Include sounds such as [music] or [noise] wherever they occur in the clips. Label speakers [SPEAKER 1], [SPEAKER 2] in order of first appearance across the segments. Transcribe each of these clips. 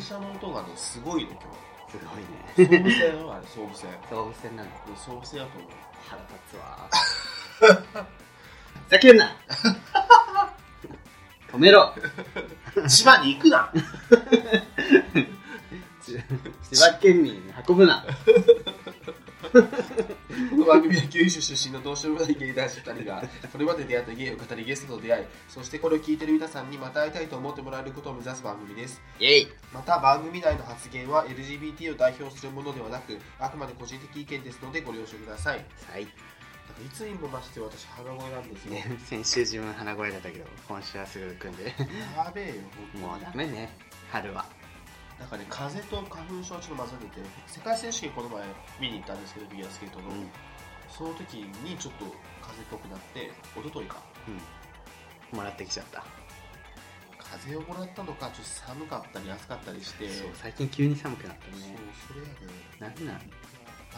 [SPEAKER 1] 車の音がねすごいの
[SPEAKER 2] すごいね
[SPEAKER 1] 今日総武線よあれ総武線
[SPEAKER 2] 総武線なの
[SPEAKER 1] で総武線だと思う
[SPEAKER 2] 腹立つわ [laughs] ふざけんな止めろ
[SPEAKER 1] 千葉に行くな
[SPEAKER 2] [laughs] 千葉県民に運ぶな
[SPEAKER 1] この番組は九州出身のどうしようもない芸男子2人がこれまで出会った芸を語りゲストと出会いそしてこれを聞いてる皆さんにまた会いたいと思ってもらえることを目指す番組です
[SPEAKER 2] イェイ
[SPEAKER 1] また番組内の発言は LGBT を代表するものではなくあくまで個人的意見ですのでご了承ください
[SPEAKER 2] はい、
[SPEAKER 1] いつにも増して私鼻声なんですよ
[SPEAKER 2] ね、先週自分鼻声だったけど今週はすぐ組んで
[SPEAKER 1] やべえよ本
[SPEAKER 2] もう
[SPEAKER 1] 当
[SPEAKER 2] ダ
[SPEAKER 1] に
[SPEAKER 2] メね春は
[SPEAKER 1] なんかね風邪と花粉症ちょっと混ざってて世界選手権この前見に行ったんですけどフィギュアスケートの、
[SPEAKER 2] うん
[SPEAKER 1] その時にちょっと風邪っぽくなって一昨日か
[SPEAKER 2] うんもらってきちゃった、
[SPEAKER 1] 風邪をもらったのかちょっと寒かったり暑かったりして
[SPEAKER 2] そう最近急に寒くなった
[SPEAKER 1] そう
[SPEAKER 2] ね
[SPEAKER 1] それやね
[SPEAKER 2] なんな
[SPEAKER 1] な
[SPEAKER 2] ん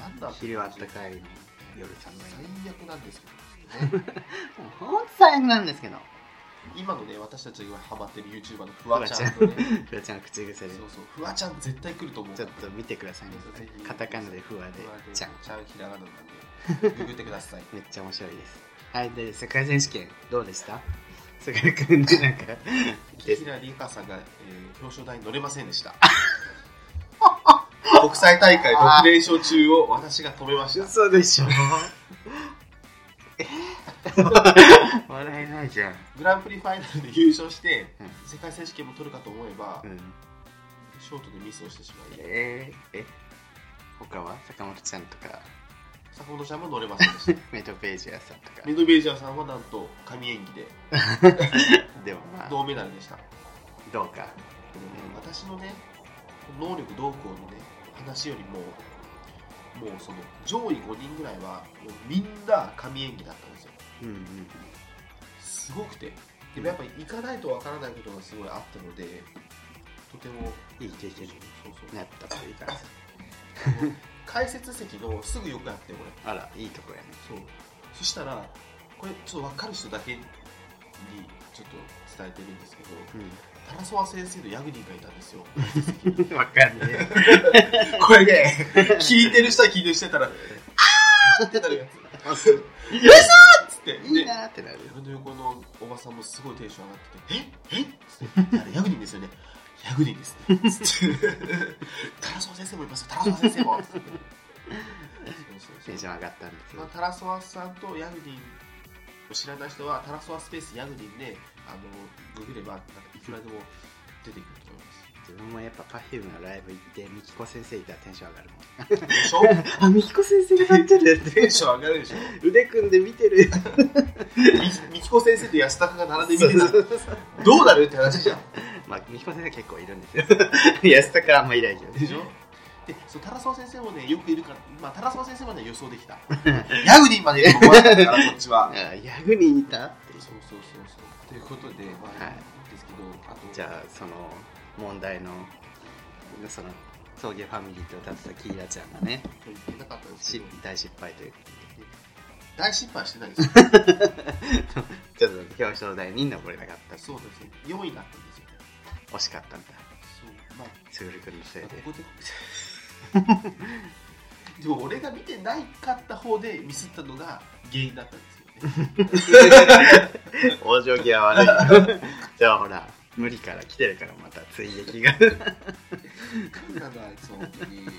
[SPEAKER 1] んだって
[SPEAKER 2] 昼は暖かいの夜寒いの
[SPEAKER 1] 最悪なんですけ
[SPEAKER 2] [laughs]
[SPEAKER 1] ど、ね、
[SPEAKER 2] もうほんと最悪なんですけど
[SPEAKER 1] 今のね私たちが今ハマってる YouTuber のフワちゃんとね
[SPEAKER 2] フワちゃんの口癖
[SPEAKER 1] そう
[SPEAKER 2] で
[SPEAKER 1] そうフワちゃん絶対来ると思う
[SPEAKER 2] ちょっと見てくださいね
[SPEAKER 1] そうぜひ
[SPEAKER 2] カタカナでフワ [laughs] で
[SPEAKER 1] フワで
[SPEAKER 2] ち
[SPEAKER 1] ち
[SPEAKER 2] ゃ
[SPEAKER 1] ゃ
[SPEAKER 2] ん
[SPEAKER 1] んひらがななんでググってください
[SPEAKER 2] めっちゃ面白いですはいで世界選手権どうでした菅井君でなんか
[SPEAKER 1] 紀
[SPEAKER 2] です
[SPEAKER 1] 平梨花さんが、えー表彰台に乗れませんで
[SPEAKER 2] [laughs]
[SPEAKER 1] した国際大会6連勝中を私が止めました
[SPEAKER 2] 嘘でしょえ笑えないじゃん、
[SPEAKER 1] グランプリファイナルで優勝して
[SPEAKER 2] うん
[SPEAKER 1] 世界選手権も取るかと思えば、
[SPEAKER 2] うん
[SPEAKER 1] ショートでミスをしてしまい
[SPEAKER 2] えー、え他は坂本ちゃんとか
[SPEAKER 1] 坂本ちゃんも乗れませんでした
[SPEAKER 2] [laughs] メイトページアさんとか
[SPEAKER 1] メドベージャーさんはなんと神演技で
[SPEAKER 2] でもまあ
[SPEAKER 1] 銅メダルでしたで
[SPEAKER 2] どうか
[SPEAKER 1] もね私のね能力どうこうのね話よりももうその上位5人ぐらいはもうみんな神演技だったんですよ
[SPEAKER 2] うんうん
[SPEAKER 1] すごくてでもやっぱり行かないとわからないことがすごいあったのでとても
[SPEAKER 2] いい経験に
[SPEAKER 1] そうそう
[SPEAKER 2] なったというか
[SPEAKER 1] 解説席のすぐ横やってこれ
[SPEAKER 2] あらいいとこやね
[SPEAKER 1] そうそしたらこれちょっと分かる人だけにちょっと伝えてるんですけどタラソワ先生とヤグニーがいたん
[SPEAKER 2] [laughs]
[SPEAKER 1] ですよ
[SPEAKER 2] うんわかんね [laughs] え
[SPEAKER 1] これね聞いてる人は聞いてる人やったら「あー!」ってなるやつ「っつって
[SPEAKER 2] いい
[SPEAKER 1] で
[SPEAKER 2] なーってなる
[SPEAKER 1] 俺の横のおばさんもすごいテンション上がってて「ええっ?」つって「あれヤグニンですよねヤグニンですね」つって [laughs] 「タラソワ先生もいますよタラソワ先生も」つってそうそ
[SPEAKER 2] テ
[SPEAKER 1] う
[SPEAKER 2] ン
[SPEAKER 1] そ
[SPEAKER 2] ション上がったんです
[SPEAKER 1] う、
[SPEAKER 2] よ
[SPEAKER 1] まあ、タラソワさんとヤグニンを知らない人はタラソワスペースヤグニンであのググればなんかいくらでも出てくると思いま
[SPEAKER 2] 自分もやっぱ Perfume のライブ行ってみきこ先生いたらテンション上がるもん
[SPEAKER 1] すでしょ
[SPEAKER 2] あみきこ先生が立ってる
[SPEAKER 1] テンション上がるでしょ
[SPEAKER 2] [laughs] 腕組んで見て [laughs] る
[SPEAKER 1] みみきこ先生と安高が並んで見てたどうなるって話じゃん
[SPEAKER 2] まあみきこ先生結構いるんです [laughs] よ安高はあんまいないけど
[SPEAKER 1] でしょで、そう、タラソワ先生もね、よくいるから、まあ、タラソワ先生までは予想できた。ヤグニンまでいると思わなかったから、こっちは。
[SPEAKER 2] あヤグにいたって
[SPEAKER 1] そうそうそうそう。ということで、まあ、
[SPEAKER 2] はい
[SPEAKER 1] い、いんですけど、あと、
[SPEAKER 2] じゃあその問題のその送迎ファミリーと歌ってたキーラちゃんがね
[SPEAKER 1] 言ってなかったんですけ
[SPEAKER 2] し
[SPEAKER 1] ど、
[SPEAKER 2] 大失敗という
[SPEAKER 1] 大失敗してないですよ。
[SPEAKER 2] ちょっと表彰台に残れなかった
[SPEAKER 1] そうですね。4位だったんですよ。
[SPEAKER 2] 惜しかったんだ
[SPEAKER 1] そう、まあ、
[SPEAKER 2] つぐるくんのせいで [laughs]
[SPEAKER 1] ここで。 [laughs] でも、俺が見てないかった方でミスったのが原因だったんですよね。
[SPEAKER 2] 往生際悪い [laughs] じゃあほら無理から来てるからまた追撃が
[SPEAKER 1] なんだ、あいつ、本当に。
[SPEAKER 2] もうね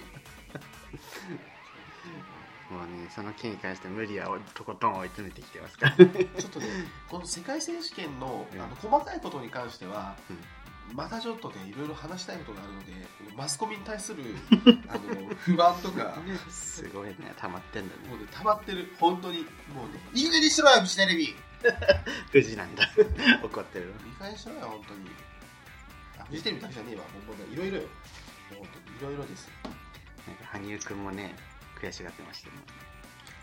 [SPEAKER 2] その件に関して無理はとことん追い詰めてきてますから
[SPEAKER 1] ちょっとね、この世界選手権の
[SPEAKER 2] うん
[SPEAKER 1] あの細かいことに関しては、
[SPEAKER 2] う
[SPEAKER 1] またちょっとね、いろいろ話したいことがあるので、マスコミに対 [laughs] するあの不安とか、
[SPEAKER 2] すごいね溜まってんだね
[SPEAKER 1] もうね、溜まってる、本当に、もうね、いい加減にしろよ、フジテレビいい
[SPEAKER 2] 無事なんだ [laughs] 怒ってるの
[SPEAKER 1] 加減にしろよ、本当に。あ、フジテレビだけじゃねえわ、もうもうねいろいろよ。もう本当にいろいろです。
[SPEAKER 2] なんか羽生くんもね悔しがってましたね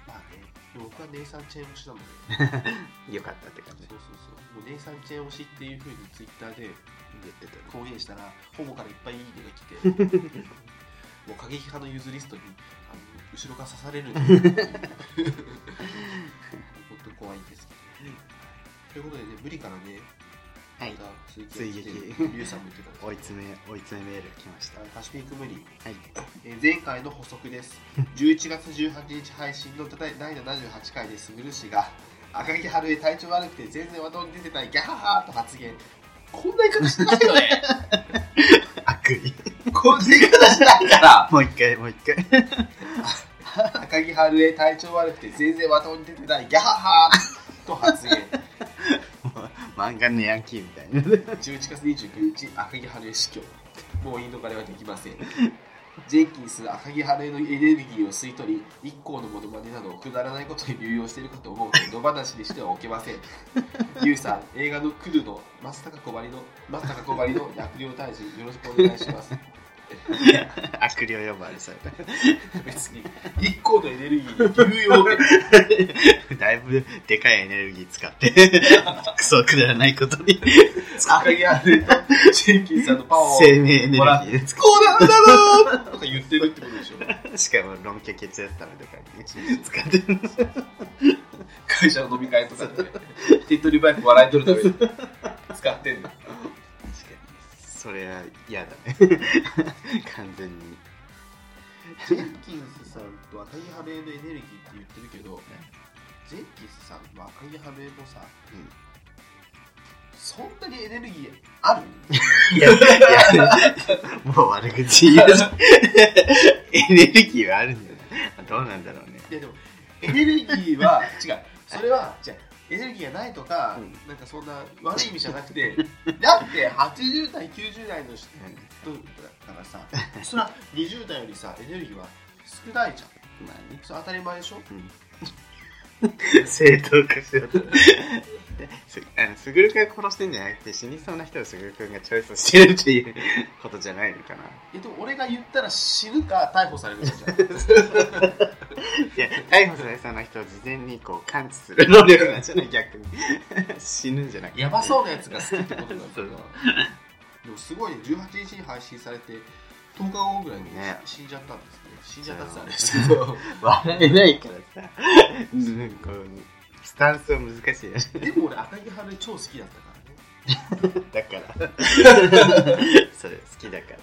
[SPEAKER 1] まあね、でも僕はネイサンチェーン推しなので、
[SPEAKER 2] よかったって感じ
[SPEAKER 1] そうそうそう、もうネイサンチェーン推しっていうふうにツイッターで
[SPEAKER 2] 言ってたね
[SPEAKER 1] 公言したら、ほぼからいっぱいいいねが来
[SPEAKER 2] [laughs]
[SPEAKER 1] て、もう過激派のユーズリストにあの後ろから刺されるっていう本
[SPEAKER 2] [laughs]
[SPEAKER 1] 当怖いんですけど、ということでね、無理からね、
[SPEAKER 2] はい
[SPEAKER 1] また追
[SPEAKER 2] 追
[SPEAKER 1] 撃
[SPEAKER 2] 撃
[SPEAKER 1] リュウさんも言ってたんです
[SPEAKER 2] 追い詰め追い詰めメール来ました
[SPEAKER 1] あのカシフィックムリー
[SPEAKER 2] はい
[SPEAKER 1] えー前回の補足です11月18日配信の第第78回ですぐる氏が赤木春江体調悪くて全然話題に出てないギャハハーと発言こんな言い方しないよね
[SPEAKER 2] 悪意
[SPEAKER 1] こんな言い方しないから
[SPEAKER 2] もう一回もう一回
[SPEAKER 1] 赤木春江体調悪くて全然話題に出てないギャハハーと発言
[SPEAKER 2] 漫画のヤンキーみたいな
[SPEAKER 1] 11月29日、赤木春江死去。もう言い逃れはできません。ジェンキンス、赤木春江のエネルギーを吸い取り、一行のモノマネなどくだらないことに流用しているかと思うと、野放しにしてはおけません。ユウさん、映画のクルの松坂小針の、松坂小針の薬量大臣、よろしくお願いします。
[SPEAKER 2] 悪霊呼ばわりされた
[SPEAKER 1] 別に、一行のエネルギーに流用で、
[SPEAKER 2] だいぶでかいエネルギー使ってクソくだらないことに
[SPEAKER 1] 赤木春江とジェンキンさんのパワーを、
[SPEAKER 2] 生命エネルギーで使
[SPEAKER 1] こうなんだろうとか言ってるってことでしょ。
[SPEAKER 2] うしかも論拠血やったらとかに使ってる
[SPEAKER 1] 会社の飲み会とかで、ね、手っ取り早く笑い取るために使ってんの
[SPEAKER 2] 確かにそれは嫌だね完全に
[SPEAKER 1] ジェンキンスさんと赤い羽根のエネルギーって言ってるけど、ジェンキンスさんと赤い羽根もさ、
[SPEAKER 2] うん
[SPEAKER 1] そんなにエネルギーある
[SPEAKER 2] いやいやもう悪口言うエネルギーはあるんじゃないどうなんだろうね
[SPEAKER 1] いやでもエネルギーは [laughs] 違うそれは違うエネルギーがないとか、
[SPEAKER 2] うん
[SPEAKER 1] なんかそんな悪い意味じゃなくてだって80代90代の人だからさ [laughs] それは20代よりさエネルギーは少ないじゃん
[SPEAKER 2] まあね
[SPEAKER 1] それ当たり前でし [laughs] ょ
[SPEAKER 2] 正当化しようとすあのすぐるくんが殺してんじゃなくて死にそうな人をすぐるくんがチョイスしてるっていうことじゃないのかな
[SPEAKER 1] えっと、俺が言ったら死ぬか逮捕されるかじゃん。
[SPEAKER 2] いや逮捕されそうな人を事前にこう感知する能力なんじゃない逆に [laughs] 死ぬんじゃなくて
[SPEAKER 1] やばそうなやつが好きってことなんだけ [laughs]
[SPEAKER 2] そう
[SPEAKER 1] ど。でもすごいね、18日に配信されて、10日後ぐらいに
[SPEAKER 2] ね
[SPEAKER 1] 死んじゃったんですね。死んじゃったって言ったんですけど。
[SPEAKER 2] 笑えないからさなんかスタンスは難しいよ
[SPEAKER 1] [laughs]
[SPEAKER 2] ね
[SPEAKER 1] でも俺、赤木春江超好きだったからね。
[SPEAKER 2] だから [laughs] それ好きだから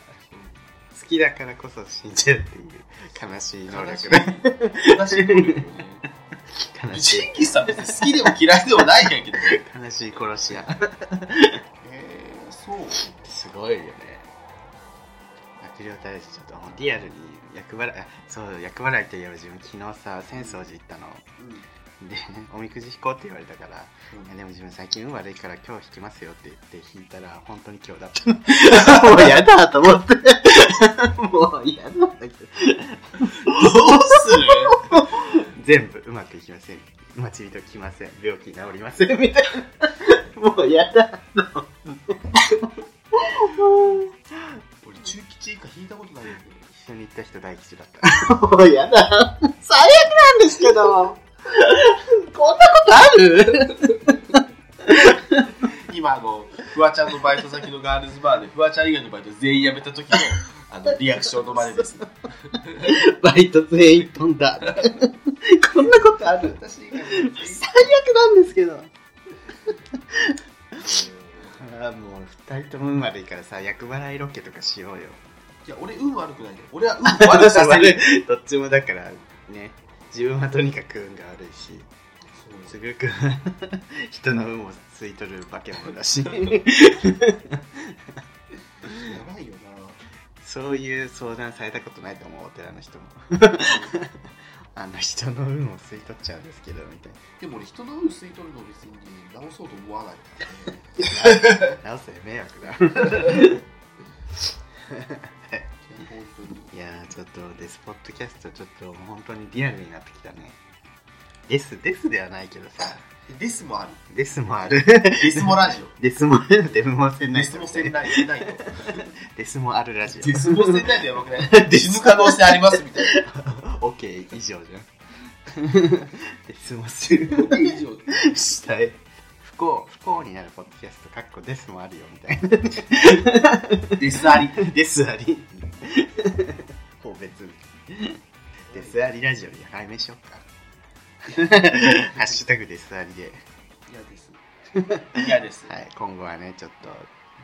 [SPEAKER 2] 好きだからこそ死んじゃうっていう悲しい能
[SPEAKER 1] 悲し
[SPEAKER 2] 力
[SPEAKER 1] い
[SPEAKER 2] だ。
[SPEAKER 1] 悲しい能力よね。
[SPEAKER 2] 悲し
[SPEAKER 1] [laughs]
[SPEAKER 2] い
[SPEAKER 1] ジンギスさん別に好きでも嫌いでもないんやけど。
[SPEAKER 2] 悲しい殺し屋
[SPEAKER 1] えー、そう。
[SPEAKER 2] すごいよね悪霊退治ちょっともうリアルに役払いあそう役払いといえば自分昨日さ浅草寺行ったの
[SPEAKER 1] うん。
[SPEAKER 2] でおみくじ引こうって言われたから
[SPEAKER 1] うん
[SPEAKER 2] いやでも自分最近運悪いから今日引きますよって言って引いたら本当に今日だった [laughs] もうやだと思って [laughs] もうやだどう
[SPEAKER 1] する
[SPEAKER 2] 全部うまくいきません待ち人来ません病気治りませんみたいな [laughs] もうやだ
[SPEAKER 1] 俺、中吉以下引いたことないんだよね。
[SPEAKER 2] 一緒に行った人大吉だったもうやだ最悪なんですけどこんなことあ [laughs] る
[SPEAKER 1] 今あのフワちゃんのバイト先のガールズバーでフワちゃん以外のバイト全員辞めた時のあのリアクションの真似です
[SPEAKER 2] バイト全員飛んだこんなことある
[SPEAKER 1] 私以外の全員
[SPEAKER 2] 最悪なんですけどあーもう二人とも運悪いからさ厄払いロケとかしようよ
[SPEAKER 1] いや俺運悪くないね俺は運悪させる
[SPEAKER 2] どっちもだからね自分はとにかく運が悪いしすぐくん [laughs] は人の運を吸い取る化け物だし
[SPEAKER 1] やばいよ
[SPEAKER 2] そういう相談されたことないと思うお寺の人もあの人の運を吸い取っちゃうんですけどみたい
[SPEAKER 1] なでも俺人の運吸い取るの別に直そうと思わないからね
[SPEAKER 2] な直せ迷惑だ
[SPEAKER 1] いや本当に
[SPEAKER 2] いやーちょっとデスポッドキャストちょっと本当にリアルになってきたねですですではないけどさ
[SPEAKER 1] えデスもある
[SPEAKER 2] デスもある [laughs]
[SPEAKER 1] デスもラジオ
[SPEAKER 2] デスもデブもせん
[SPEAKER 1] [laughs]
[SPEAKER 2] な
[SPEAKER 1] デ
[SPEAKER 2] い
[SPEAKER 1] スもせんないせないと
[SPEAKER 2] デスもあるラジオ
[SPEAKER 1] デスもせんないとやばく [laughs] ない死ぬ可能性ありますみたいな
[SPEAKER 2] オ [laughs] ッケー以上じゃん [laughs] デスもする
[SPEAKER 1] 以上
[SPEAKER 2] したい不幸不幸になるポッドキャストかっこデスもあるよみたい
[SPEAKER 1] デスあり
[SPEAKER 2] な [laughs] デスあり個別デスありラジオ
[SPEAKER 1] [laughs]
[SPEAKER 2] に改名しようかハッシュタグデスありで
[SPEAKER 1] いやです。嫌です、
[SPEAKER 2] はい、今後はねちょっと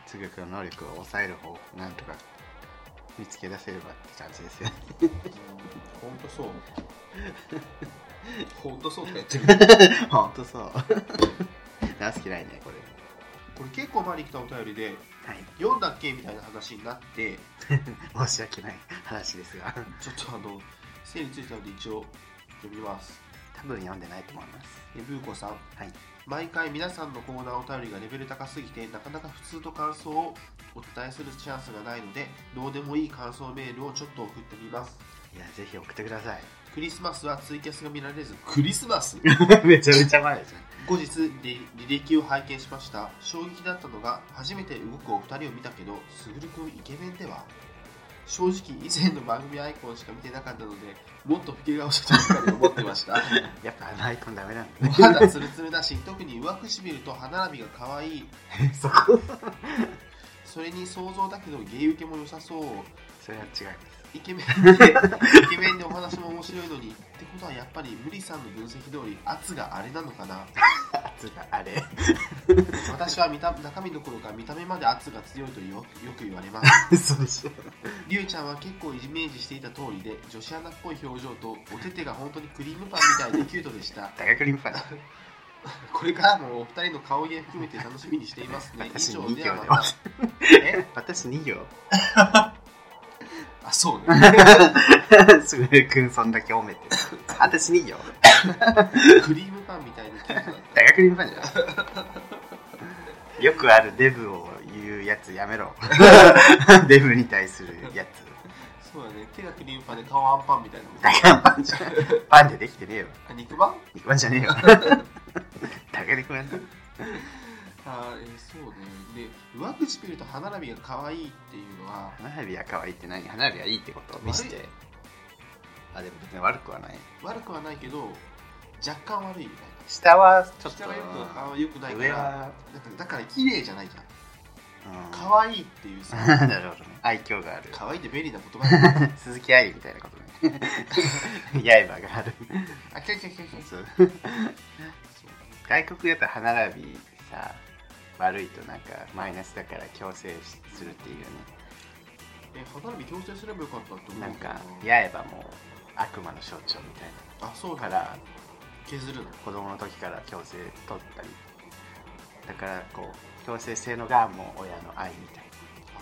[SPEAKER 2] つぐくんの能力を抑える方法なんとか見つけ出せればって感じですよ [laughs] ね
[SPEAKER 1] 本当そう [laughs] 本当そうとか言ってる [laughs]
[SPEAKER 2] ほんとそう大好き [laughs] ないねこれ
[SPEAKER 1] これ結構前に来たお便りで
[SPEAKER 2] はい
[SPEAKER 1] 読んだっけみたいな話になって
[SPEAKER 2] 申し訳ない話ですが
[SPEAKER 1] ちょっとあの整理ついたので一応読みます
[SPEAKER 2] 多分読んでないと思います
[SPEAKER 1] えブーコさん
[SPEAKER 2] はい
[SPEAKER 1] 毎回皆さんのコーナーお便りがレベル高すぎてなかなか普通と感想をお伝えするチャンスがないのでどうでもいい感想メールをちょっと送ってみます
[SPEAKER 2] いやぜひ送ってください
[SPEAKER 1] クリスマスはツイキャスが見られずクリスマス
[SPEAKER 2] [laughs] めちゃめちゃ前じゃん
[SPEAKER 1] 後日り履歴を拝見しました衝撃だったのが初めて動くお二人を見たけどすぐるくんイケメンでは正直以前の番組アイコンしか見てなかったのでもっと老け顔してたのかと思ってました
[SPEAKER 2] [laughs] やっぱあのアイコンダメなんだ
[SPEAKER 1] お
[SPEAKER 2] ね
[SPEAKER 1] 肌ツルツルだし特に上唇と歯並びが可愛い
[SPEAKER 2] [laughs] そこ
[SPEAKER 1] それに想像だけど芸受けも良さそう
[SPEAKER 2] それは違います
[SPEAKER 1] イケメンでイケメンでお話も面白いのにってことはやっぱり無理さんの分析通り圧があれなのかな
[SPEAKER 2] 圧があれ
[SPEAKER 1] 私は見た中身どころか見た目まで圧が強いとよよく言われます
[SPEAKER 2] [laughs] そうでしょ
[SPEAKER 1] りゅうちゃんは結構イメージしていた通りで女子アナっぽい表情とお手手が本当にクリームパンみたいでキュートで [laughs] した
[SPEAKER 2] 大学リンパだ
[SPEAKER 1] これからもお二人の顔芸含めて楽しみにしていますね以
[SPEAKER 2] 私
[SPEAKER 1] 上
[SPEAKER 2] 2
[SPEAKER 1] では
[SPEAKER 2] 行
[SPEAKER 1] ま
[SPEAKER 2] 出
[SPEAKER 1] た
[SPEAKER 2] ます
[SPEAKER 1] え
[SPEAKER 2] [laughs] 私2行
[SPEAKER 1] あそうね
[SPEAKER 2] すぐるくんそんだけ褒めてる [laughs] 私2行
[SPEAKER 1] クリームパンみたいでキュートだっ
[SPEAKER 2] 大学院パンじゃんよくあるデブを言うやつやめろデブに対するやつ
[SPEAKER 1] たそうだね手がクリームパンで顔アンパンみたいな
[SPEAKER 2] 大学パンじゃんパンでできてねえよ
[SPEAKER 1] あ肉まん
[SPEAKER 2] 肉まんじゃねえよ大学パンだ
[SPEAKER 1] あーえーそうねで上唇と歯並びが可愛いっていうのは
[SPEAKER 2] 花火は可愛いって何花火はいいってこと見せ
[SPEAKER 1] 悪
[SPEAKER 2] てあでも別に悪くはない
[SPEAKER 1] 悪くはないけど若干悪いみたいな
[SPEAKER 2] 下はちょっと
[SPEAKER 1] 下がよく顔良くないか
[SPEAKER 2] 上
[SPEAKER 1] ら
[SPEAKER 2] は、
[SPEAKER 1] だからだから綺麗じゃないじゃん
[SPEAKER 2] うん、
[SPEAKER 1] 可愛いっていうさ
[SPEAKER 2] [laughs] なるほどね愛嬌がある
[SPEAKER 1] 可愛いって便利な言葉
[SPEAKER 2] [laughs]
[SPEAKER 1] だ
[SPEAKER 2] 鈴木愛理みたいなことね [laughs] 刃がある
[SPEAKER 1] あきゃきゃきゃきゃきゃ
[SPEAKER 2] そう外国やったら歯並びさ悪いとなんかマイナスだから矯正するっていうよね
[SPEAKER 1] え歯並び矯正すればよかったって思う
[SPEAKER 2] なんか
[SPEAKER 1] けど
[SPEAKER 2] 八重歯も悪魔の象徴みたい
[SPEAKER 1] あそう
[SPEAKER 2] なか
[SPEAKER 1] だ
[SPEAKER 2] ら
[SPEAKER 1] 削るの
[SPEAKER 2] 子供の時から矯正取ったりだからこう矯正性のがもう親の愛みたい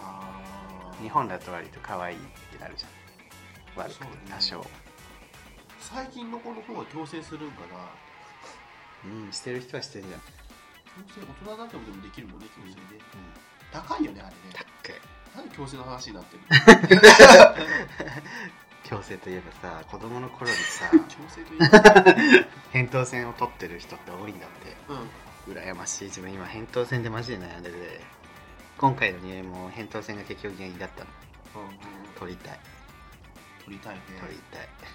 [SPEAKER 1] あ
[SPEAKER 2] な
[SPEAKER 1] ー
[SPEAKER 2] 日本だと割と可愛いってなるじゃん悪くて
[SPEAKER 1] そうね
[SPEAKER 2] 多少
[SPEAKER 1] 最近の子の方が矯正するんかな
[SPEAKER 2] うんしてる人はしてるじゃん、
[SPEAKER 1] 矯正大人になってもでもできるもんね矯正で高いよねあれねなんで矯正の話になっ
[SPEAKER 2] [laughs]
[SPEAKER 1] てるの
[SPEAKER 2] 矯正といえばさ子供の頃に [laughs] さ
[SPEAKER 1] 矯正というか
[SPEAKER 2] 扁桃腺を取ってる人って多いんだって
[SPEAKER 1] うん
[SPEAKER 2] 羨ましい自分今扁桃腺でマジで悩んでて今回の入院も扁桃腺が結局原因だったの
[SPEAKER 1] うん
[SPEAKER 2] 取りたい
[SPEAKER 1] 取りたいね
[SPEAKER 2] 取り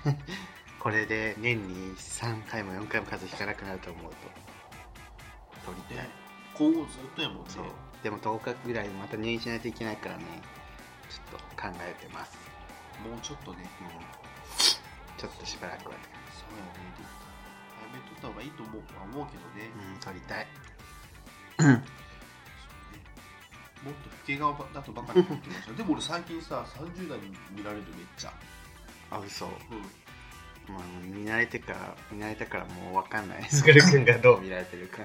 [SPEAKER 2] たい [laughs] これで年に3回も4回も風邪ひかなくなると思うと取りたい
[SPEAKER 1] ね今後ずっとやもんね
[SPEAKER 2] そうでも10日ぐらいまた入院しないといけないからねちょっと考えてます、
[SPEAKER 1] もうちょっとね
[SPEAKER 2] うん、ちょっとしばらくはって感
[SPEAKER 1] そうやね早めとった方がいいと思うは思うけどね,、
[SPEAKER 2] じうん取りたい
[SPEAKER 1] そうねもっと老け顔ばだとばかり思ってました
[SPEAKER 2] [laughs]
[SPEAKER 1] でも俺最近さ30代に見られるめっちゃ
[SPEAKER 2] あ嘘
[SPEAKER 1] うん
[SPEAKER 2] まあ見慣れてから見慣れたからもう分かんないスグル君がどう見られてるか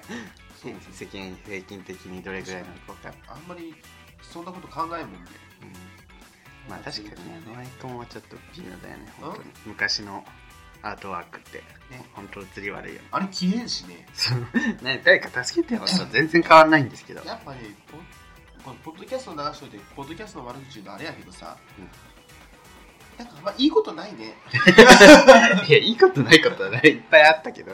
[SPEAKER 1] そうです
[SPEAKER 2] 世間平均的にどれぐらいなのか分かんない、
[SPEAKER 1] あんまりそんなこと考えんもんね
[SPEAKER 2] うんまあ確かにね
[SPEAKER 1] そう
[SPEAKER 2] アイコンはちょっと微妙だよね本当に昔のアートワークって、
[SPEAKER 1] ね
[SPEAKER 2] 本当映り悪いよね [laughs]
[SPEAKER 1] あれ消えんしね
[SPEAKER 2] そうね誰か助けてよそう全然変わんないんですけ [laughs] ど
[SPEAKER 1] やっぱねポこのポッドキャストの流しといてポッドキャストの悪口言うのあれやけどさ、
[SPEAKER 2] うん
[SPEAKER 1] なんかあんまいいことないね
[SPEAKER 2] いやいいことないことはねいっぱいあったけど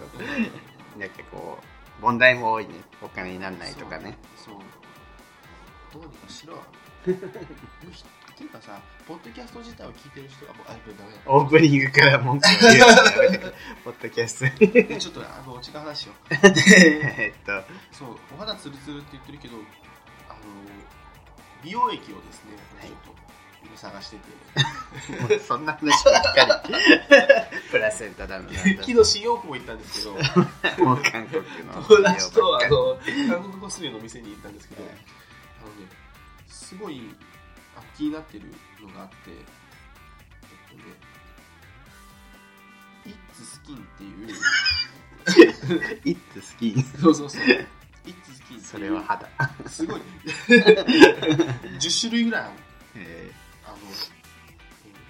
[SPEAKER 2] なんかこう問題も多いねお金にな [laughs] らないとかね
[SPEAKER 1] そうどうにかし
[SPEAKER 2] [laughs]
[SPEAKER 1] ろっていうかさポッドキャスト自体を聞いてる人がもうあこれダメだ
[SPEAKER 2] オープニングから文句を言うのやめてくれポッドキャス [laughs] トに
[SPEAKER 1] でちょっとあの違う話よ
[SPEAKER 2] えっと
[SPEAKER 1] そうお肌ツルツルって言ってるけどあの美容液をですね
[SPEAKER 2] はい
[SPEAKER 1] ちょっと探して
[SPEAKER 2] [laughs]
[SPEAKER 1] て
[SPEAKER 2] もうそんな話ばっか [laughs] りプラセンタだのなんだ
[SPEAKER 1] 昨日新大久保行ったんですけど
[SPEAKER 2] もう韓国
[SPEAKER 1] [laughs]
[SPEAKER 2] の
[SPEAKER 1] 友達とあ
[SPEAKER 2] 企業ばっか
[SPEAKER 1] の韓国コスメの店に行ったんですけど、
[SPEAKER 2] はい
[SPEAKER 1] あのねすごいあ気になってるのがあってえっとね「イッツスキン」っていう
[SPEAKER 2] [laughs] りいつ好き
[SPEAKER 1] そうそうそう「イッツスキン」って
[SPEAKER 2] そ
[SPEAKER 1] い
[SPEAKER 2] れ
[SPEAKER 1] う
[SPEAKER 2] は肌、
[SPEAKER 1] す
[SPEAKER 2] [laughs]
[SPEAKER 1] ごい10種類ぐらいある
[SPEAKER 2] え
[SPEAKER 1] あの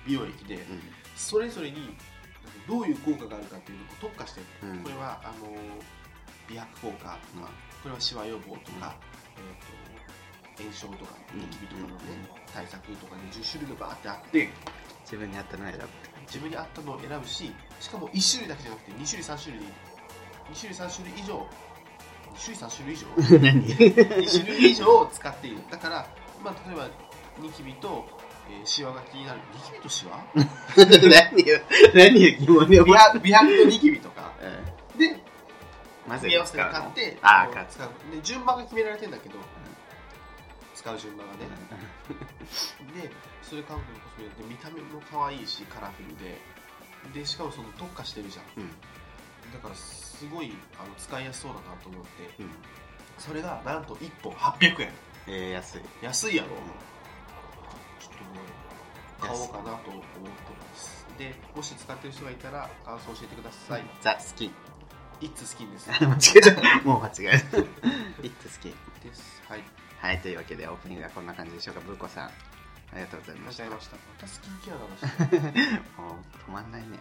[SPEAKER 1] 美容液で
[SPEAKER 2] ーうん
[SPEAKER 1] それぞれにどういう効果があるかっていうのを特化してる、
[SPEAKER 2] うん
[SPEAKER 1] これはあの美白効果と
[SPEAKER 2] うん
[SPEAKER 1] かこれはシワ予防とか、えー、と炎症とか
[SPEAKER 2] うん
[SPEAKER 1] ニキビとかのね、対策とかね10種類がバーってあって
[SPEAKER 2] 自分に合ったの選ぶ
[SPEAKER 1] 自分に合ったのを選ぶししかも1種類だけじゃなくて2種類3種類2種類3種類以上2種類3種類以上
[SPEAKER 2] 何
[SPEAKER 1] 2種類以上を使っているだから、まあ、例えばニキビと、えーシワが気になるニキビとシワ
[SPEAKER 2] 何を何を疑問に
[SPEAKER 1] 美
[SPEAKER 2] 思っ
[SPEAKER 1] 白美白とニキビとか
[SPEAKER 2] たうん
[SPEAKER 1] で
[SPEAKER 2] まず
[SPEAKER 1] 組み合わせで買って
[SPEAKER 2] ああ
[SPEAKER 1] こう
[SPEAKER 2] 買っ
[SPEAKER 1] 使うで順番が決められてんだけど、使う順
[SPEAKER 2] [laughs]
[SPEAKER 1] 番がねでそれ韓国のコスメで見た目も可愛いしカラフルででしかもその特化してるじゃん
[SPEAKER 2] うん
[SPEAKER 1] だからすごいあの使いやすそうだなと思って
[SPEAKER 2] うん
[SPEAKER 1] それがなんと1本800円
[SPEAKER 2] えー、安い
[SPEAKER 1] 安いやろ、
[SPEAKER 2] ん
[SPEAKER 1] ちょっとね買おうかなと思ってますでもし使ってる人がいたら感想教えてください、
[SPEAKER 2] ザ・スキン
[SPEAKER 1] いつ好きです
[SPEAKER 2] 間違えたもう間違えた It's スキン
[SPEAKER 1] ですはい
[SPEAKER 2] はいというわけでオープニングはこんな感じでしょうかブーコさんありがとうござい
[SPEAKER 1] 間
[SPEAKER 2] ました
[SPEAKER 1] 違え
[SPEAKER 2] も
[SPEAKER 1] ましたまたスキンケアだな話
[SPEAKER 2] う止まんないね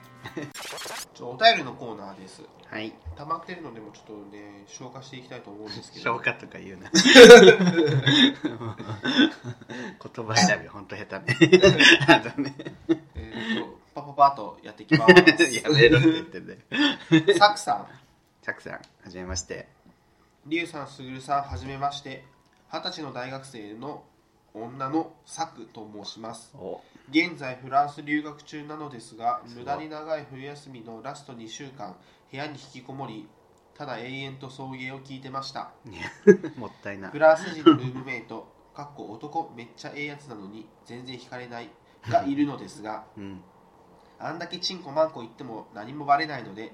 [SPEAKER 1] ちょお便りのコーナーです
[SPEAKER 2] はい
[SPEAKER 1] 溜まってるのでもちょっとね消化していきたいと思うんですけど
[SPEAKER 2] [laughs] 消化とか言うな言葉選びほんと下手 [laughs] ねあとね
[SPEAKER 1] えーとパパパッとやっていきます
[SPEAKER 2] [laughs] やめろって言ってね
[SPEAKER 1] サクさん
[SPEAKER 2] たくさんはじめまして
[SPEAKER 1] リュウさん、スグルさん、はじめまして。二十歳の大学生の女のサクと申します。
[SPEAKER 2] お
[SPEAKER 1] 現在フランス留学中なのですが、
[SPEAKER 2] すご
[SPEAKER 1] 無
[SPEAKER 2] い
[SPEAKER 1] 駄に長い冬休みのラスト2週間、部屋に引きこもり、ただ永遠と送迎を聞いてました。
[SPEAKER 2] もったいな
[SPEAKER 1] フランス人のルームメイト、かっこ男めっちゃええやつなのに全然惹かれないがいるのですが、
[SPEAKER 2] うん
[SPEAKER 1] あんだけチンコマンコ言っても何もバレないので、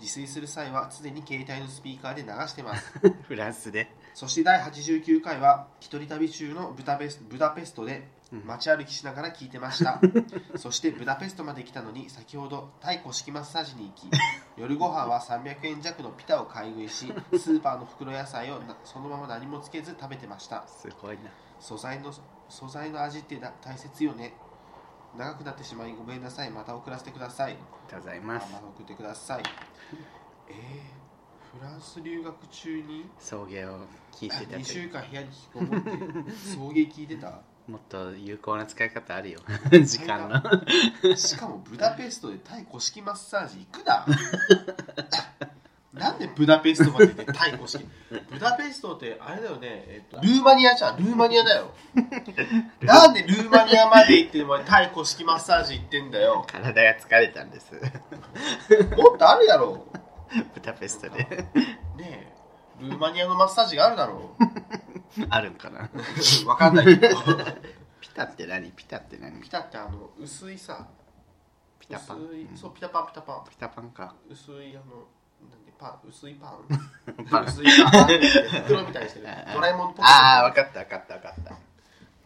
[SPEAKER 1] 自炊する際は常に携帯のスピーカーで流してます。
[SPEAKER 2] フランスで
[SPEAKER 1] そして第89回は一人旅中のブダペスブダペストで
[SPEAKER 2] うん
[SPEAKER 1] 街歩きしながら聞いてました、そしてブダペストまで来たのに先ほどタイ古式マッサージに行き夜ご飯は300円弱のピタを買い食いしスーパーの袋野菜をなそのまま何もつけず食べてました
[SPEAKER 2] すごいな
[SPEAKER 1] 素材の素材の味ってだ大切よね長くなってしまいごめんなさいまた送らせてください
[SPEAKER 2] ありがとうござい
[SPEAKER 1] ま
[SPEAKER 2] ます
[SPEAKER 1] た送ってくださいえー、フランス留学中に
[SPEAKER 2] 送迎を聞いてた
[SPEAKER 1] 2
[SPEAKER 2] とい
[SPEAKER 1] 週
[SPEAKER 2] う
[SPEAKER 1] 間部屋に引きこもって送迎聞いてた
[SPEAKER 2] もっと有効な使い方あ [laughs] るよ時間の
[SPEAKER 1] しかもブダペストでタイ古式マッサージ行くな [laughs] なんでブダペストまで行ってタイ古式ブダペストってあれだよね、えっとルーマニアじゃんルーマニアだ
[SPEAKER 2] [laughs]
[SPEAKER 1] よなんでルーマニアまで行ってお前タイ古式マッサージ行ってんだよ
[SPEAKER 2] 体が疲れたんです
[SPEAKER 1] もっとあるやろ
[SPEAKER 2] ブダペストで
[SPEAKER 1] ねえルーマニアのマッサージがあるだろ
[SPEAKER 2] あるんかな
[SPEAKER 1] う
[SPEAKER 2] [laughs]
[SPEAKER 1] わかんないけど
[SPEAKER 2] ピタって何ピタって何
[SPEAKER 1] ピタってあの薄いさ
[SPEAKER 2] ピタ
[SPEAKER 1] 薄
[SPEAKER 2] パン
[SPEAKER 1] い、
[SPEAKER 2] うん
[SPEAKER 1] そうピタパンピタパン
[SPEAKER 2] ピタパンか
[SPEAKER 1] 薄いあのなんでパン薄いパン
[SPEAKER 2] [laughs] パン
[SPEAKER 1] 薄いパン袋みたい
[SPEAKER 2] [laughs]
[SPEAKER 1] にしてるドラえもんっぽく
[SPEAKER 2] ああ分かった分かった分かった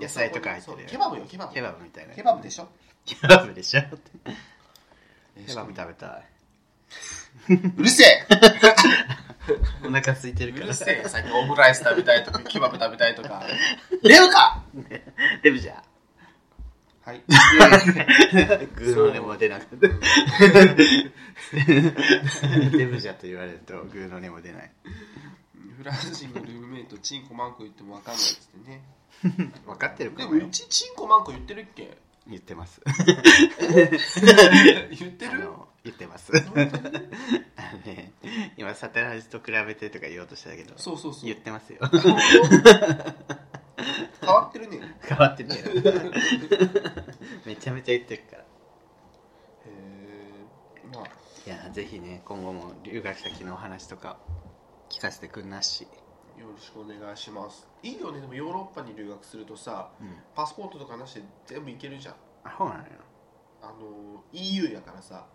[SPEAKER 2] 野菜とか入って
[SPEAKER 1] そう
[SPEAKER 2] る
[SPEAKER 1] ケ
[SPEAKER 2] よ
[SPEAKER 1] バブよケバブ
[SPEAKER 2] ケバブみたいな
[SPEAKER 1] ケバブでしょ
[SPEAKER 2] ケバブでしょケ
[SPEAKER 1] ケ
[SPEAKER 2] バ
[SPEAKER 1] バ
[SPEAKER 2] ブ
[SPEAKER 1] ブ
[SPEAKER 2] 食べたいう
[SPEAKER 1] るせえ
[SPEAKER 2] お腹空いて
[SPEAKER 1] う
[SPEAKER 2] るから
[SPEAKER 1] るせえ最近オムライス食べたいとかケバブ食べたいと
[SPEAKER 2] [laughs]
[SPEAKER 1] かレオか
[SPEAKER 2] デブじゃ
[SPEAKER 1] はい
[SPEAKER 2] グーの音も出なかったデブじゃと言われるとグーの音も出ない
[SPEAKER 1] フランス人のルームメイトチンコマンコ言ってもわかんないっつってね
[SPEAKER 2] 分かってる
[SPEAKER 1] で
[SPEAKER 2] か
[SPEAKER 1] も
[SPEAKER 2] も
[SPEAKER 1] う
[SPEAKER 2] よ
[SPEAKER 1] ちチンコマンコ言ってるっ
[SPEAKER 2] [laughs]
[SPEAKER 1] け
[SPEAKER 2] 言ってます
[SPEAKER 1] 言って
[SPEAKER 2] あ
[SPEAKER 1] る
[SPEAKER 2] の言って [laughs] ます
[SPEAKER 1] 本当に
[SPEAKER 2] あのね今サテライトと比べてとか言おうとしたけど
[SPEAKER 1] そうそうそう
[SPEAKER 2] 言ってますよ
[SPEAKER 1] 変わってるね
[SPEAKER 2] [laughs] 変わってねえよめちゃめちゃ言ってるから
[SPEAKER 1] へえまあ
[SPEAKER 2] いやぜひね今後も留学先のお話とか聞かせてくんなっ
[SPEAKER 1] い
[SPEAKER 2] し
[SPEAKER 1] よろしくお願いしますいいよねでもヨーロッパに留学するとさ
[SPEAKER 2] うん
[SPEAKER 1] パスポートとかなしで全部行けるじゃん
[SPEAKER 2] あそうなのよ
[SPEAKER 1] あの EU やからさ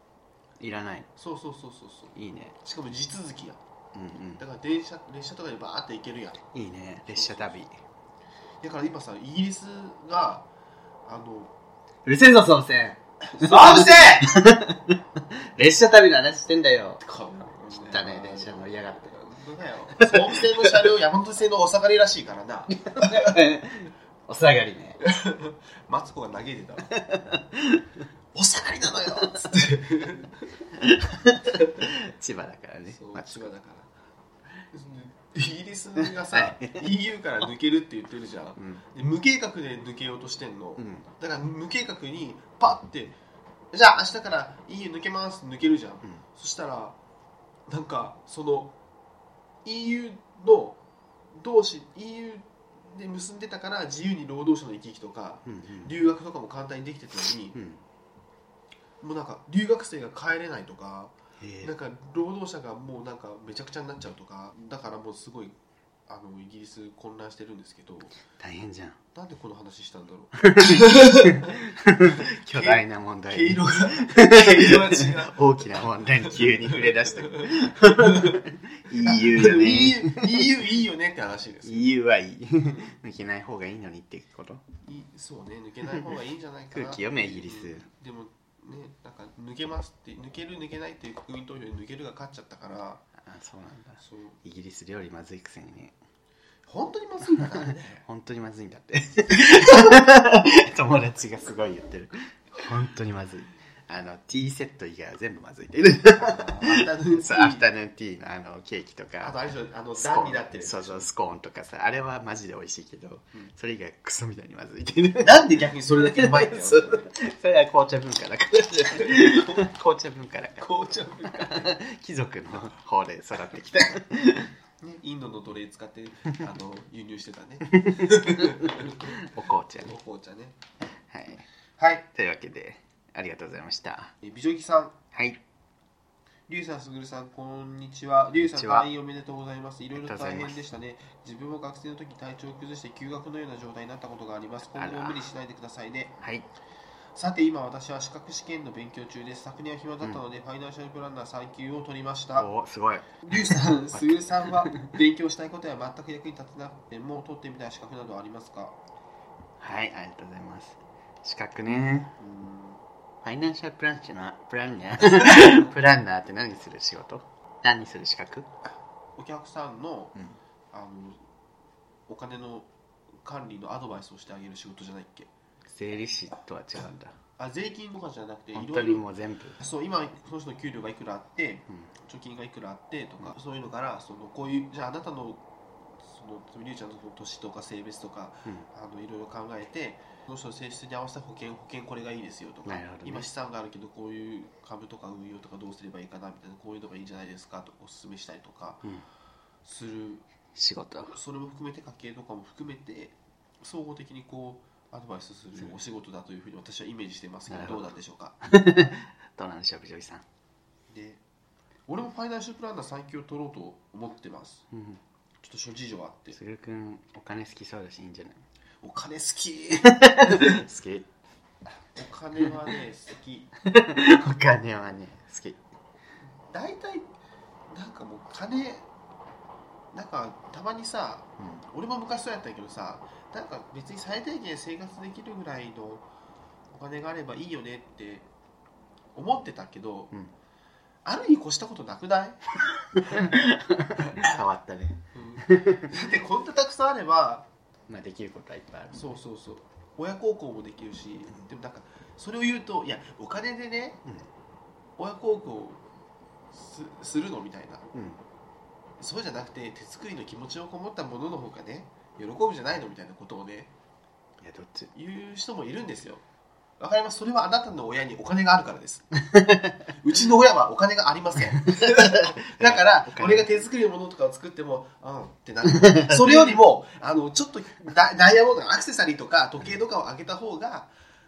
[SPEAKER 2] いらない
[SPEAKER 1] そうそうそうそうそう
[SPEAKER 2] いいね
[SPEAKER 1] しかも地続きや
[SPEAKER 2] うんうん
[SPEAKER 1] だから電車列車とかでバーって行けるやん
[SPEAKER 2] いいね列車旅
[SPEAKER 1] だから今さイギリスがあの
[SPEAKER 2] うるせえぞ総選
[SPEAKER 1] そうして
[SPEAKER 2] [laughs] 列車旅の話してんだよ
[SPEAKER 1] こんな
[SPEAKER 2] 汚ね電車乗りやがって
[SPEAKER 1] 本当だよ総武線の車両山手線のお下がりらしいからな
[SPEAKER 2] [laughs] お下がりね
[SPEAKER 1] マツコが嘆いてた
[SPEAKER 2] [laughs]
[SPEAKER 1] わお下がりなのよつって
[SPEAKER 2] 千葉だからね
[SPEAKER 1] そう
[SPEAKER 2] まあ
[SPEAKER 1] 千葉だからイギリスがさ
[SPEAKER 2] は
[SPEAKER 1] EU から抜けるって言ってるじゃん
[SPEAKER 2] うん
[SPEAKER 1] で無計画で抜けようとしてんの、
[SPEAKER 2] うん
[SPEAKER 1] だから無計画にパッてじゃあ明日から EU 抜けますって抜けるじゃん
[SPEAKER 2] うん
[SPEAKER 1] そしたらなんかその EU の同士 EU で結んでたから自由に労働者の行き来とか
[SPEAKER 2] うん
[SPEAKER 1] 留学とかも簡単にできてたのに
[SPEAKER 2] う、ん
[SPEAKER 1] もうなんか留学生が帰れないとか
[SPEAKER 2] へ
[SPEAKER 1] なんか労働者がもうなんかめちゃくちゃになっちゃうとかだからもうすごいあのイギリス混乱してるんですけど
[SPEAKER 2] 大変じゃん
[SPEAKER 1] なんでこの話したんだろう
[SPEAKER 2] 巨大な問題
[SPEAKER 1] 毛
[SPEAKER 2] に
[SPEAKER 1] 色が
[SPEAKER 2] [laughs]
[SPEAKER 1] 毛色が違う
[SPEAKER 2] 大きな問題に急に触れ出した [laughs] EU よね
[SPEAKER 1] EU, EU いいよねって話です
[SPEAKER 2] EU はいい抜けない方がいいのにってこと
[SPEAKER 1] いそうね抜けない方がいいんじゃない
[SPEAKER 2] [laughs]
[SPEAKER 1] かな
[SPEAKER 2] 空気読めイギリス
[SPEAKER 1] うんでもねなんか抜けますって抜ける抜けないっていう国民投票で抜けるが勝っちゃったから
[SPEAKER 2] あそうなんだ
[SPEAKER 1] そう
[SPEAKER 2] イギリス料理まずいくせにね
[SPEAKER 1] 本当にまずいんだからね
[SPEAKER 2] 本当にまずいんだって [laughs] 友達がすごい言ってる本当にまずいあのティーセット以外は全部まずいっ
[SPEAKER 1] あ
[SPEAKER 2] て
[SPEAKER 1] ーアフタヌーンティー
[SPEAKER 2] [laughs] [laughs] そうアフタヌーンティーのあのケーキと
[SPEAKER 1] あ
[SPEAKER 2] か
[SPEAKER 1] とあれでしょあの
[SPEAKER 2] スコ
[SPEAKER 1] 段
[SPEAKER 2] ーン
[SPEAKER 1] になってる
[SPEAKER 2] そうそうスコーンとかさあれはマジで美味しいけど、
[SPEAKER 1] うん
[SPEAKER 2] それ以外クソみたいにまずいってね
[SPEAKER 1] なんで逆にそれだけうまいんだよ
[SPEAKER 2] [laughs] そうそれは紅茶文化だから紅茶文化だから
[SPEAKER 1] 紅茶文化
[SPEAKER 2] 貴族の方で育って [laughs] きた
[SPEAKER 1] ねインドの奴隷使ってあの輸入してたね
[SPEAKER 2] お紅茶
[SPEAKER 1] お
[SPEAKER 2] ね、
[SPEAKER 1] 紅茶ね
[SPEAKER 2] はい、
[SPEAKER 1] はい
[SPEAKER 2] というわけでありがとうございました
[SPEAKER 1] え美女木さん
[SPEAKER 2] はい
[SPEAKER 1] リュウさん、すぐるさん、こんにちは。リュウさん、
[SPEAKER 2] こんにちは
[SPEAKER 1] 退院おめでとうございます。いろいろ大
[SPEAKER 2] ありがとうございま
[SPEAKER 1] 変
[SPEAKER 2] す
[SPEAKER 1] でしたね。自分も学生の時体調を崩して休学のような状態になったことがあります。今後
[SPEAKER 2] あ
[SPEAKER 1] も
[SPEAKER 2] ら
[SPEAKER 1] 無理しないでくださいね。
[SPEAKER 2] はい
[SPEAKER 1] さて、今私は資格試験の勉強中です。昨年は暇だったので、ファイナンシャルプランナー3級を取りました。
[SPEAKER 2] おすごい
[SPEAKER 1] リュウさん、すぐるさんは勉強したいことや全く役に立てなくても取ってみたい資格などありますか
[SPEAKER 2] はいありがとうございます資格ね
[SPEAKER 1] うー
[SPEAKER 2] ファイナンシャルプランチャープランナー [laughs] プランナーって何する仕事何する資格
[SPEAKER 1] んお客さんの
[SPEAKER 2] うん
[SPEAKER 1] あのお金の管理のアドバイスをしてあげる仕事じゃないっけ
[SPEAKER 2] 税理士とは違うんだ
[SPEAKER 1] あ税金とかじゃなくて、いろ
[SPEAKER 2] 本
[SPEAKER 1] いろ
[SPEAKER 2] 当にもう全部
[SPEAKER 1] そう今その人の給料がいくらあって貯金がいくらあってとか、そういうのからそのこういうじゃああなたのそのつまりりゅうちゃんの年とか性別とか
[SPEAKER 2] うん、
[SPEAKER 1] あのいろいろ考えてその人の性質に合わせた保険保険これがいいですよとか、
[SPEAKER 2] なるほどね
[SPEAKER 1] 今資産があるけどこういう株とか運用とかどうすればいいかなみたいなこういうのがいいんじゃないですかとお勧めしたりとか
[SPEAKER 2] うんうん、
[SPEAKER 1] する
[SPEAKER 2] 仕事
[SPEAKER 1] それも含めて家計とかも含めて総合的にこうアドバイスするお仕事だというふうに私はイメージしてますけど
[SPEAKER 2] なるほ
[SPEAKER 1] ど
[SPEAKER 2] ど
[SPEAKER 1] うなんでしょうか
[SPEAKER 2] どうなんでしょう藤井さん、
[SPEAKER 1] で俺もファイナンシャルプランナー3級を取ろうと思ってます
[SPEAKER 2] うん、
[SPEAKER 1] ちょっと諸事情あって
[SPEAKER 2] すぐるくんお金好きそうだしいいんじゃない
[SPEAKER 1] お金好き
[SPEAKER 2] 好き
[SPEAKER 1] お金は
[SPEAKER 2] [laughs]
[SPEAKER 1] ね好き
[SPEAKER 2] お金はね好き
[SPEAKER 1] 大体なんかもう金なんかたまにさ
[SPEAKER 2] う
[SPEAKER 1] 俺も昔そうやったけどさなんか別に最低限生活できるぐらいのお金があればいいよねって思ってたけど、
[SPEAKER 2] うん
[SPEAKER 1] あるに越したことなく
[SPEAKER 2] [laughs]
[SPEAKER 1] ない、
[SPEAKER 2] ん変わったね、
[SPEAKER 1] だってこんなたくさんあれば
[SPEAKER 2] まあ、できることはいっぱいある
[SPEAKER 1] そうそうそう親孝行もできるしでもなんかそれを言うといやお金でね
[SPEAKER 2] う
[SPEAKER 1] 親孝行すするのみたいなん
[SPEAKER 2] うん
[SPEAKER 1] そうじゃなくて手作りの気持ちをこもったものの方がね喜ぶじゃないのみたいなことをね
[SPEAKER 2] いやどっち
[SPEAKER 1] 言う人もいるんですよわかりますそれはあなたの親にお金があるからです [laughs] うちの親はお金がありま [laughs] せんだから
[SPEAKER 2] お金
[SPEAKER 1] 俺が手作りのものとかを作ってもうんってなるそれよりもあのちょっとダダイヤモンドのアクセサリーとか時計とかをあげた方が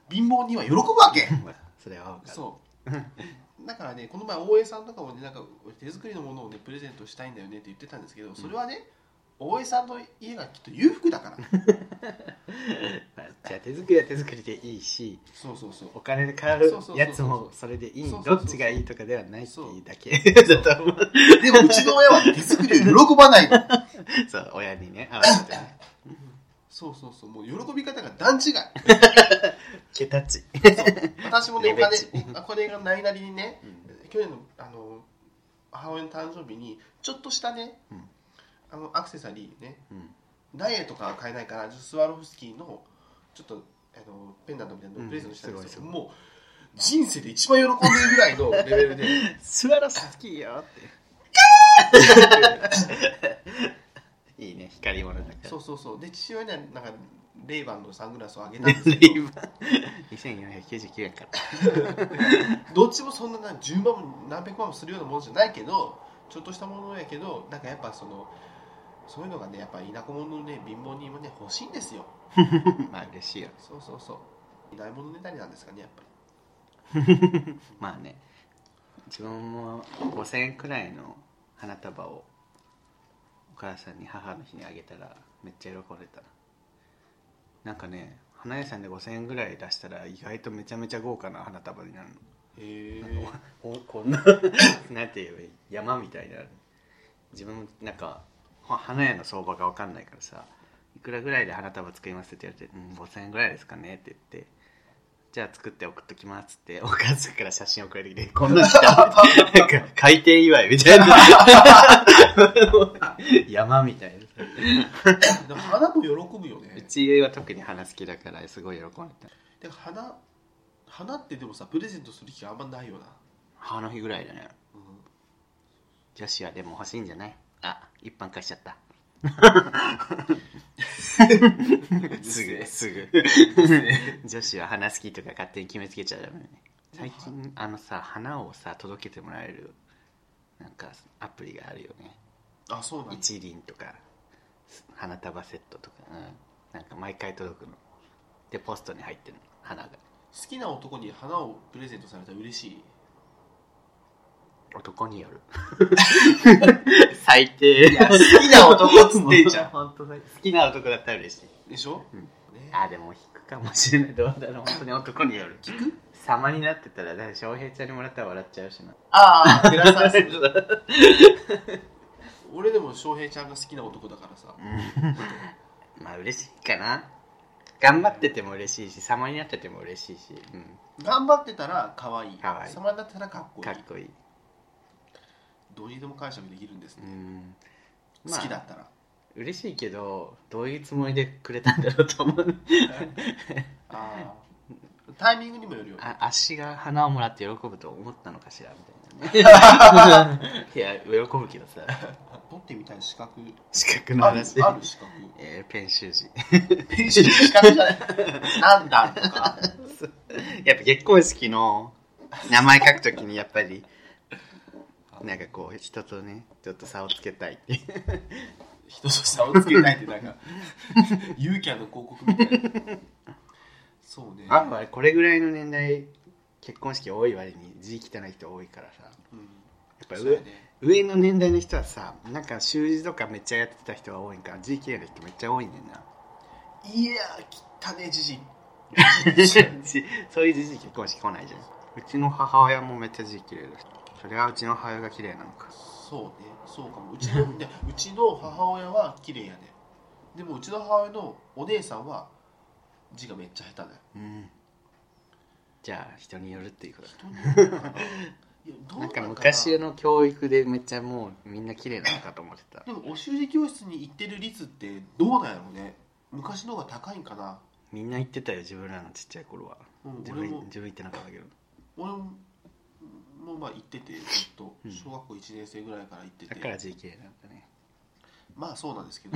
[SPEAKER 1] 貧乏人は喜ぶわけ
[SPEAKER 2] [laughs] まあそれは分かる
[SPEAKER 1] そう [laughs] だからねこの前大江さんとかもねなんか手作りのものをねプレゼントしたいんだよねって言ってたんですけどそれはね、大江さんの家がきっと裕福だから
[SPEAKER 2] まあじゃあ手作りは手作りでいいし
[SPEAKER 1] そうそうそう
[SPEAKER 2] お金で買
[SPEAKER 1] そううそうそうそう
[SPEAKER 2] やつもそれでいい
[SPEAKER 1] そうそうそう
[SPEAKER 2] ど
[SPEAKER 1] そう
[SPEAKER 2] っちがいいとかではないっていうだけ [laughs]
[SPEAKER 1] そう
[SPEAKER 2] だと思う
[SPEAKER 1] でもうちの親は手作りを喜ばないの
[SPEAKER 2] そう親にね合わせてね
[SPEAKER 1] そうそうそうもう喜び方が段 [laughs] 違い
[SPEAKER 2] ケタッチ、
[SPEAKER 1] 私もねお
[SPEAKER 2] レベ
[SPEAKER 1] 金
[SPEAKER 2] チ
[SPEAKER 1] お金がないなりにね去年のあの母親の誕生日にちょっとしたね、
[SPEAKER 2] うん
[SPEAKER 1] あのアクセサリーね
[SPEAKER 2] [laughs] うん
[SPEAKER 1] ダイエットからは買えないからスワロフスキーのちょっとあのペンダントみたいなの
[SPEAKER 2] う
[SPEAKER 1] を
[SPEAKER 2] ん
[SPEAKER 1] プレゼントしたんです
[SPEAKER 2] す
[SPEAKER 1] よ、
[SPEAKER 2] ごいす
[SPEAKER 1] もう人生で一番喜んでるぐらいのレベルで [laughs]
[SPEAKER 2] 素晴らしいよって [laughs] いいね光り物だから
[SPEAKER 1] そうそうそうで父親にはなんかレイバンのサングラスをあげたん
[SPEAKER 2] レ
[SPEAKER 1] ですけ
[SPEAKER 2] イ
[SPEAKER 1] ど
[SPEAKER 2] バー2499
[SPEAKER 1] [laughs]
[SPEAKER 2] 円から
[SPEAKER 1] どっちもそんなな10万も何百万もするようなものじゃないけどちょっとしたものやけどなんかやっぱそのそういうのがねやっぱ田舎者のね貧乏人もね欲しいんですよ
[SPEAKER 2] まあ嬉しいよ
[SPEAKER 1] そうそうそうないものねだりなんですかねやっぱり
[SPEAKER 2] まあね自分も5000円くらいの花束をお母さんに母の日にあげたらめっちゃ喜んでたなんかね花屋さんで5000円ぐらい出したら意外とめちゃめちゃ豪華な花束になるの
[SPEAKER 1] へ
[SPEAKER 2] なん
[SPEAKER 1] え
[SPEAKER 2] かおこ [laughs] んななんて言えばいい山みたいな自分もなんかほ花屋の相場が分かんないからさいくらぐらいで花束作りますって言われて「うん5000円ぐらいですかね」って言って「じゃあ作って送っときます」ってお母さんから写真送られてきて「こんなに来た」なんか開店祝いみたいな [laughs] 山みたいな
[SPEAKER 1] でも花も喜ぶよ
[SPEAKER 2] う
[SPEAKER 1] ね
[SPEAKER 2] ちは特に花好きだからすごい喜んでた
[SPEAKER 1] で花花ってでもさプレゼントする気があんまないよな、
[SPEAKER 2] 花の日ぐらいだね
[SPEAKER 1] うん
[SPEAKER 2] 女子はでも欲しいんじゃないあ一般化しちゃったすぐすぐ [laughs] 女子は花好きとか勝手に決めつけちゃダメよね最近あのさ花をさ届けてもらえるなんかアプリがあるよね
[SPEAKER 1] あそうなんだ
[SPEAKER 2] 一輪とか花束セットとか、うん、なんか毎回届くのでポストに入ってるの花が
[SPEAKER 1] 好きな男に花をプレゼントされたら嬉しい
[SPEAKER 2] 男による最低
[SPEAKER 1] 好きな男っつってんじゃん
[SPEAKER 2] [laughs] 本当だ好きな男だったら嬉しい
[SPEAKER 1] でしょ、
[SPEAKER 2] うん
[SPEAKER 1] ね、
[SPEAKER 2] あでも引くかもしれないどうだろう本当に男による
[SPEAKER 1] 聞く
[SPEAKER 2] 様になってたらだって翔平ちゃんにもらったら笑っちゃうしな
[SPEAKER 1] [laughs] ああ、グラサンス俺でも翔平ちゃんが好きな男だからさ。
[SPEAKER 2] うん [laughs] まあ嬉しいかな頑張ってても嬉しいし様になってても嬉しいし、う
[SPEAKER 1] 頑張ってたら可愛い。
[SPEAKER 2] 可愛い
[SPEAKER 1] 様になってたらかっこ
[SPEAKER 2] ん、
[SPEAKER 1] いい
[SPEAKER 2] かっ。こいい、
[SPEAKER 1] どうにでも解釈できるんです
[SPEAKER 2] う
[SPEAKER 1] ね。
[SPEAKER 2] んまあ
[SPEAKER 1] 好きだったら。
[SPEAKER 2] 嬉しいけどどういうつもりでくれたんだろうと思う
[SPEAKER 1] あータイミングにもよるよね。
[SPEAKER 2] あ足が花をもらって喜ぶと思ったのかしらみたいな [laughs] ねいや喜ぶけどさ
[SPEAKER 1] 取ってみたい資格。
[SPEAKER 2] 資格の
[SPEAKER 1] ある
[SPEAKER 2] 話
[SPEAKER 1] ある資格。
[SPEAKER 2] えーペン習字
[SPEAKER 1] ペンシル資格じゃない。なんだとか。
[SPEAKER 2] やっぱ結婚式の名前書くときにやっぱりなんかこう人とねちょっと差をつけたいっていう
[SPEAKER 1] 人と差をつけないってなんか、ユーキャンの広告みたいな。 [laughs] そうね。
[SPEAKER 2] あまあこれぐらいの年代結婚式多い割に字汚い人多いからさや
[SPEAKER 1] うん。
[SPEAKER 2] っぱ
[SPEAKER 1] そう
[SPEAKER 2] 上
[SPEAKER 1] やね。
[SPEAKER 2] 上の年代の人はさなんか習字とかめっちゃやってた人が多いから字綺麗な人めっちゃ多いねんな
[SPEAKER 1] いやー、汚ねじじい。
[SPEAKER 2] 字 [laughs] そういうじじい結婚式来ないじゃんうちの母親もめっちゃ字綺麗だしそれはうちの母親が綺麗なのか
[SPEAKER 1] そうねそうかもうちの
[SPEAKER 2] [laughs]
[SPEAKER 1] ねうちの母親は綺麗やねでもうちの母親のお姉さんは字がめっちゃ下手だよ
[SPEAKER 2] うんじゃあ人によるっていうこと
[SPEAKER 1] 人によるのかないやどう
[SPEAKER 2] なんか
[SPEAKER 1] な
[SPEAKER 2] 昔の教育でめっちゃもうみんな綺麗なのかと思ってた
[SPEAKER 1] でもお習字教室に行ってる率ってどうなんやろうね昔の方が高いんかな、
[SPEAKER 2] みんな言ってたよ自分らのちっちゃい頃は
[SPEAKER 1] うん、
[SPEAKER 2] 自
[SPEAKER 1] 俺
[SPEAKER 2] 分
[SPEAKER 1] も
[SPEAKER 2] 自分言ってなかったけど
[SPEAKER 1] 俺ももうまあ行っててずっと
[SPEAKER 2] うん
[SPEAKER 1] 小学校1年生ぐらいから行って
[SPEAKER 2] だから
[SPEAKER 1] て
[SPEAKER 2] 字綺麗なんだね
[SPEAKER 1] まあそうなん
[SPEAKER 2] [laughs]
[SPEAKER 1] ですけど [laughs]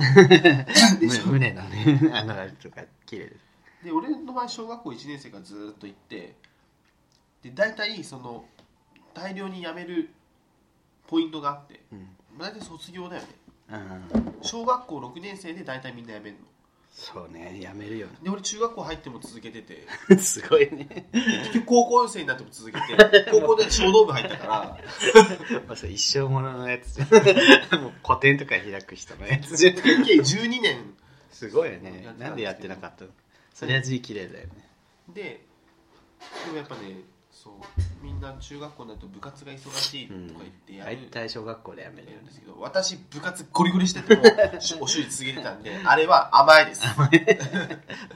[SPEAKER 1] でし
[SPEAKER 2] 胸
[SPEAKER 1] ょ
[SPEAKER 2] 胸のねあのあれとか綺麗です
[SPEAKER 1] で俺の場合小学校1年生からずーっと行ってで大体その大量に辞めるポイントがあって
[SPEAKER 2] うん
[SPEAKER 1] 大体卒業だよね
[SPEAKER 2] ああ
[SPEAKER 1] 小学校6年生で大体みんな辞めるの
[SPEAKER 2] そうねやめるよ [laughs]
[SPEAKER 1] で俺中学校入っても続けてて [laughs]
[SPEAKER 2] ねすごいね
[SPEAKER 1] 結局高校生になっても続け
[SPEAKER 2] [laughs]
[SPEAKER 1] て高校で小道部入ったから
[SPEAKER 2] まあそれ一生もののやつじゃんもう個展とか開く人のやつじゃん
[SPEAKER 1] 計12年
[SPEAKER 2] すごいよね
[SPEAKER 1] やってたんですけど
[SPEAKER 2] なんでやってなかったのそりゃ字綺麗だよね
[SPEAKER 1] ででもやっぱねそうみんな中学校になると部活が忙しいと
[SPEAKER 2] うん
[SPEAKER 1] か言ってやる、
[SPEAKER 2] 大体小学校でやめる
[SPEAKER 1] や
[SPEAKER 2] よ
[SPEAKER 1] るん
[SPEAKER 2] ね
[SPEAKER 1] ですけど私部活ゴリゴリして
[SPEAKER 2] [laughs]
[SPEAKER 1] てもお修理続けてたんであれは甘えです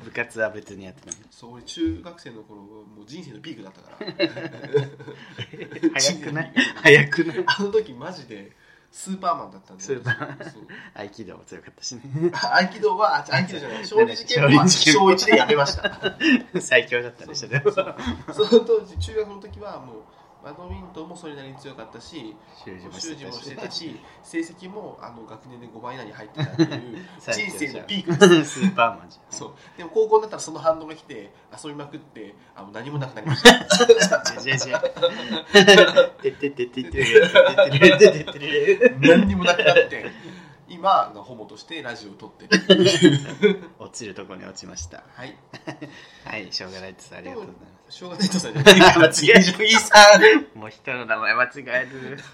[SPEAKER 2] 部活は別にやってない
[SPEAKER 1] そう俺中学生の頃もう人生のピークだったから [laughs]
[SPEAKER 2] 早くない早くない
[SPEAKER 1] あの時マジでスーパーマンだったんで
[SPEAKER 2] スーパー
[SPEAKER 1] そう
[SPEAKER 2] 合気道も強かったしね
[SPEAKER 1] 合気道はあ合気道じゃない小児試験
[SPEAKER 2] [laughs] 何
[SPEAKER 1] は
[SPEAKER 2] 小児試験
[SPEAKER 1] 小1でやめました [laughs]
[SPEAKER 2] 最強だったでしょでも
[SPEAKER 1] そうその当時中学の時はもうバドミントンもそれなりに強かったし
[SPEAKER 2] 習字も
[SPEAKER 1] 習字もし
[SPEAKER 2] してて
[SPEAKER 1] た
[SPEAKER 2] たし
[SPEAKER 1] し成績もあの学年で5番以内に入ってたって
[SPEAKER 2] [laughs]
[SPEAKER 1] いう人生のピーク
[SPEAKER 2] クスーパーマンじゃん
[SPEAKER 1] そうでも高校になったらその反応が来て遊びまくってあの何もなくなりま
[SPEAKER 2] [laughs]
[SPEAKER 1] した
[SPEAKER 2] じゃじゃじゃてってってってってれてってってってれて
[SPEAKER 1] 何にもなくなって今のホモとしてラジオを撮ってるっていう
[SPEAKER 2] 落ちるとこに落ちました
[SPEAKER 1] はい
[SPEAKER 2] はいしょうがないですありがとうござい
[SPEAKER 1] 正月人さんじゃない
[SPEAKER 2] 間違え
[SPEAKER 1] 伊さん
[SPEAKER 2] ますもう人の名前間違え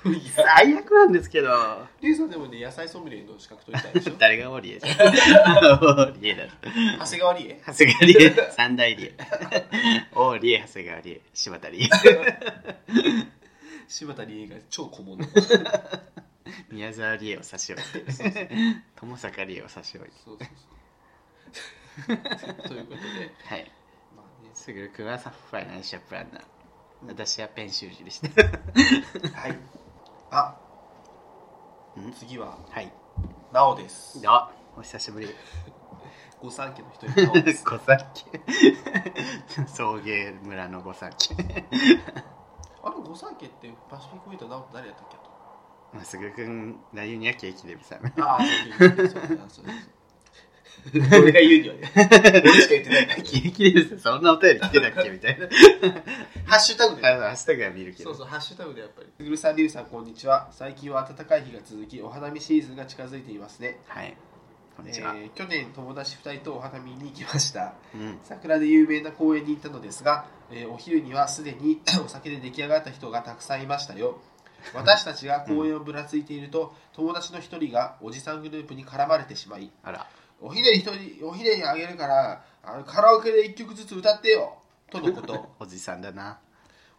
[SPEAKER 2] る
[SPEAKER 1] いや
[SPEAKER 2] [laughs] 最悪なんですけど
[SPEAKER 1] リュウさんでもね野菜ソムリエの資格取りたいでしょ
[SPEAKER 2] 誰がオリエじ [laughs] ゃんオリエだ
[SPEAKER 1] [laughs] 長谷川理恵
[SPEAKER 2] 長谷川理恵三大 [laughs] 理恵王理恵長谷川理恵柴田 [laughs] 理恵
[SPEAKER 1] 柴田理恵が超小物
[SPEAKER 2] 宮沢理恵を差し置いて友坂理恵を差し置いて
[SPEAKER 1] そうそうそう。ということで、
[SPEAKER 2] はい
[SPEAKER 1] まあ
[SPEAKER 2] すぐるくんはサッファイナンシャプランナー
[SPEAKER 1] うん
[SPEAKER 2] 私はペン習字でした
[SPEAKER 1] ね、はい。あ
[SPEAKER 2] ん、
[SPEAKER 1] 次は
[SPEAKER 2] [laughs] はい
[SPEAKER 1] なおです。
[SPEAKER 2] あお久しぶ [laughs] り
[SPEAKER 1] ご三家の一人なお [laughs] です。
[SPEAKER 2] 五三家 [laughs] 送迎村の五三 [laughs] 家
[SPEAKER 1] あれご三家ってパシフィックウェイとなおって誰やったっけ
[SPEAKER 2] まあすぐくんなゆにはケーキデビさん
[SPEAKER 1] と。ああ、そうです [laughs] そうですそうです。俺が言うにはね。俺しか言ってないから。
[SPEAKER 2] ケーキデビさんそんなお便り来てたっけみ
[SPEAKER 1] [laughs]
[SPEAKER 2] たいな
[SPEAKER 1] ハッシュタグで。
[SPEAKER 2] あのハッシュタグは見るけ
[SPEAKER 1] そ
[SPEAKER 2] ど
[SPEAKER 1] うそう、ハッシュタグでやっぱり。ぐるさん、りゅうさん、こんにちは。最近は暖かい日が続き、お花見シーズンが近づいていますね。
[SPEAKER 2] はいこん
[SPEAKER 1] え
[SPEAKER 2] にちは、
[SPEAKER 1] ー去年、友達2人とお花見に行きました。
[SPEAKER 2] うん
[SPEAKER 1] 桜で有名な公園に行ったのですが、えーお昼にはすでに [coughs] お酒で出来上がった人がたくさんいましたよ私たちが公園をぶらついていると、友達の一人がおじさんグループに絡まれてしまい
[SPEAKER 2] あら
[SPEAKER 1] おひねり一人おひねりあげるからあのカラオケで一曲ずつ歌ってよとのこと
[SPEAKER 2] おじさんだな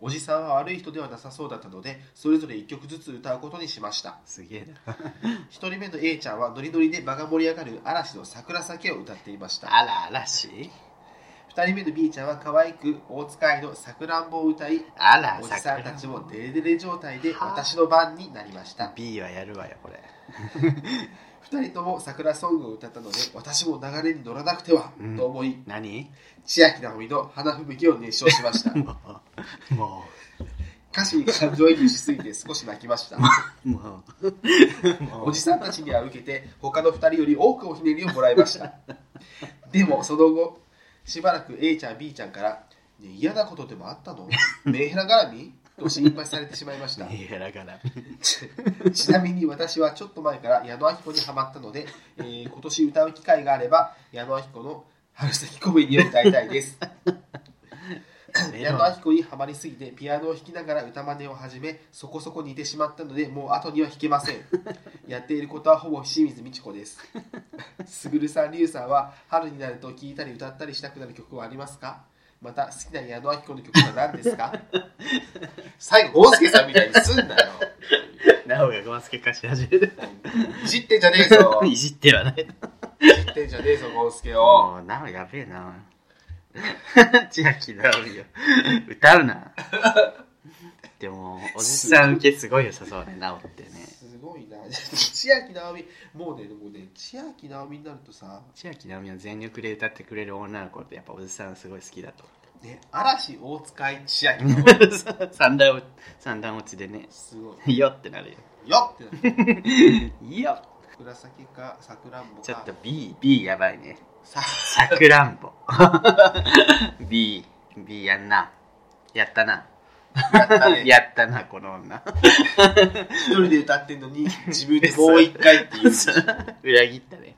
[SPEAKER 1] おじさんは悪い人ではなさそうだったのでそれぞれ一曲ずつ歌うことにしました
[SPEAKER 2] すげえな
[SPEAKER 1] 一人目の A ちゃんはノリノリで場が盛り上がる嵐の桜酒を歌っていました
[SPEAKER 2] あら嵐
[SPEAKER 1] 二人目の B ちゃんは可愛く大塚愛のさくらんぼを歌い
[SPEAKER 2] あら
[SPEAKER 1] おじさんたち
[SPEAKER 2] 桜
[SPEAKER 1] もデレデレ状態で私の番になりました
[SPEAKER 2] の B はやるわよこれ
[SPEAKER 1] 2人とも桜ソングを歌ったので私も流れに乗らなくては、
[SPEAKER 2] うん
[SPEAKER 1] と思い [laughs]
[SPEAKER 2] 何
[SPEAKER 1] 千秋直美の花吹雪を熱唱しま
[SPEAKER 2] [laughs]
[SPEAKER 1] した
[SPEAKER 2] もうも
[SPEAKER 1] 歌詞に感情移入しすぎて少し泣きました
[SPEAKER 2] うもうもう
[SPEAKER 1] おじさんたちには受けて他の2人より多くおひねりをもらいましたでもその後しばらく A ちゃん B ちゃんから、ね嫌なことでもあったのメンヘラ絡みと心配されてしまいま
[SPEAKER 2] [laughs]
[SPEAKER 1] した
[SPEAKER 2] いやだから
[SPEAKER 1] ちなみに私はちょっと前から矢野明子にハマったので、えー今年歌う機会があれば矢野明子の春先コメディを歌いたいです。
[SPEAKER 2] [laughs]
[SPEAKER 1] 矢野明子にハマりすぎてピアノを弾きながら歌真似を始めそこそこ似てしまったのでもう後には弾けませ [laughs] ん。やっていることはほぼ清水美智子です。すぐるさん、りゅうさんは春になると聴いたり歌ったりしたくなる曲はありますかまた好きな矢野明子の曲は何です [laughs] か最後、大輔さんみたいにすんなよ。
[SPEAKER 2] なおがゴンスケ化し始
[SPEAKER 1] [laughs]
[SPEAKER 2] める
[SPEAKER 1] いじってんじゃねえぞ。
[SPEAKER 2] [laughs] いじってはない
[SPEAKER 1] 言ってんじゃねえぞ、ゴンスケを。
[SPEAKER 2] もうなおやべえな [laughs] 千秋直美よ歌うなでもおじさん受けすごい良さそうねなおってね
[SPEAKER 1] すごいな。千秋直美、もうね、もうね、千秋直美になるとさ、
[SPEAKER 2] 千秋直美は全力で歌ってくれる女の子ってやっぱおじさんすごい好きだと
[SPEAKER 1] ね、嵐大塚い千秋直美。
[SPEAKER 2] [laughs] 三段落三段落ちでね
[SPEAKER 1] すご
[SPEAKER 2] いいよってなるよ
[SPEAKER 1] い。よっってなって。
[SPEAKER 2] いいよ
[SPEAKER 1] 紫か桜んぼか。
[SPEAKER 2] ちょっと BB やばいね
[SPEAKER 1] さ、
[SPEAKER 2] さくらんぼ [laughs] B B やんなやったな
[SPEAKER 1] やったね。
[SPEAKER 2] やったなこの女
[SPEAKER 1] 一人で歌ってんのに、自分でもう一回っていう。
[SPEAKER 2] 裏切ったね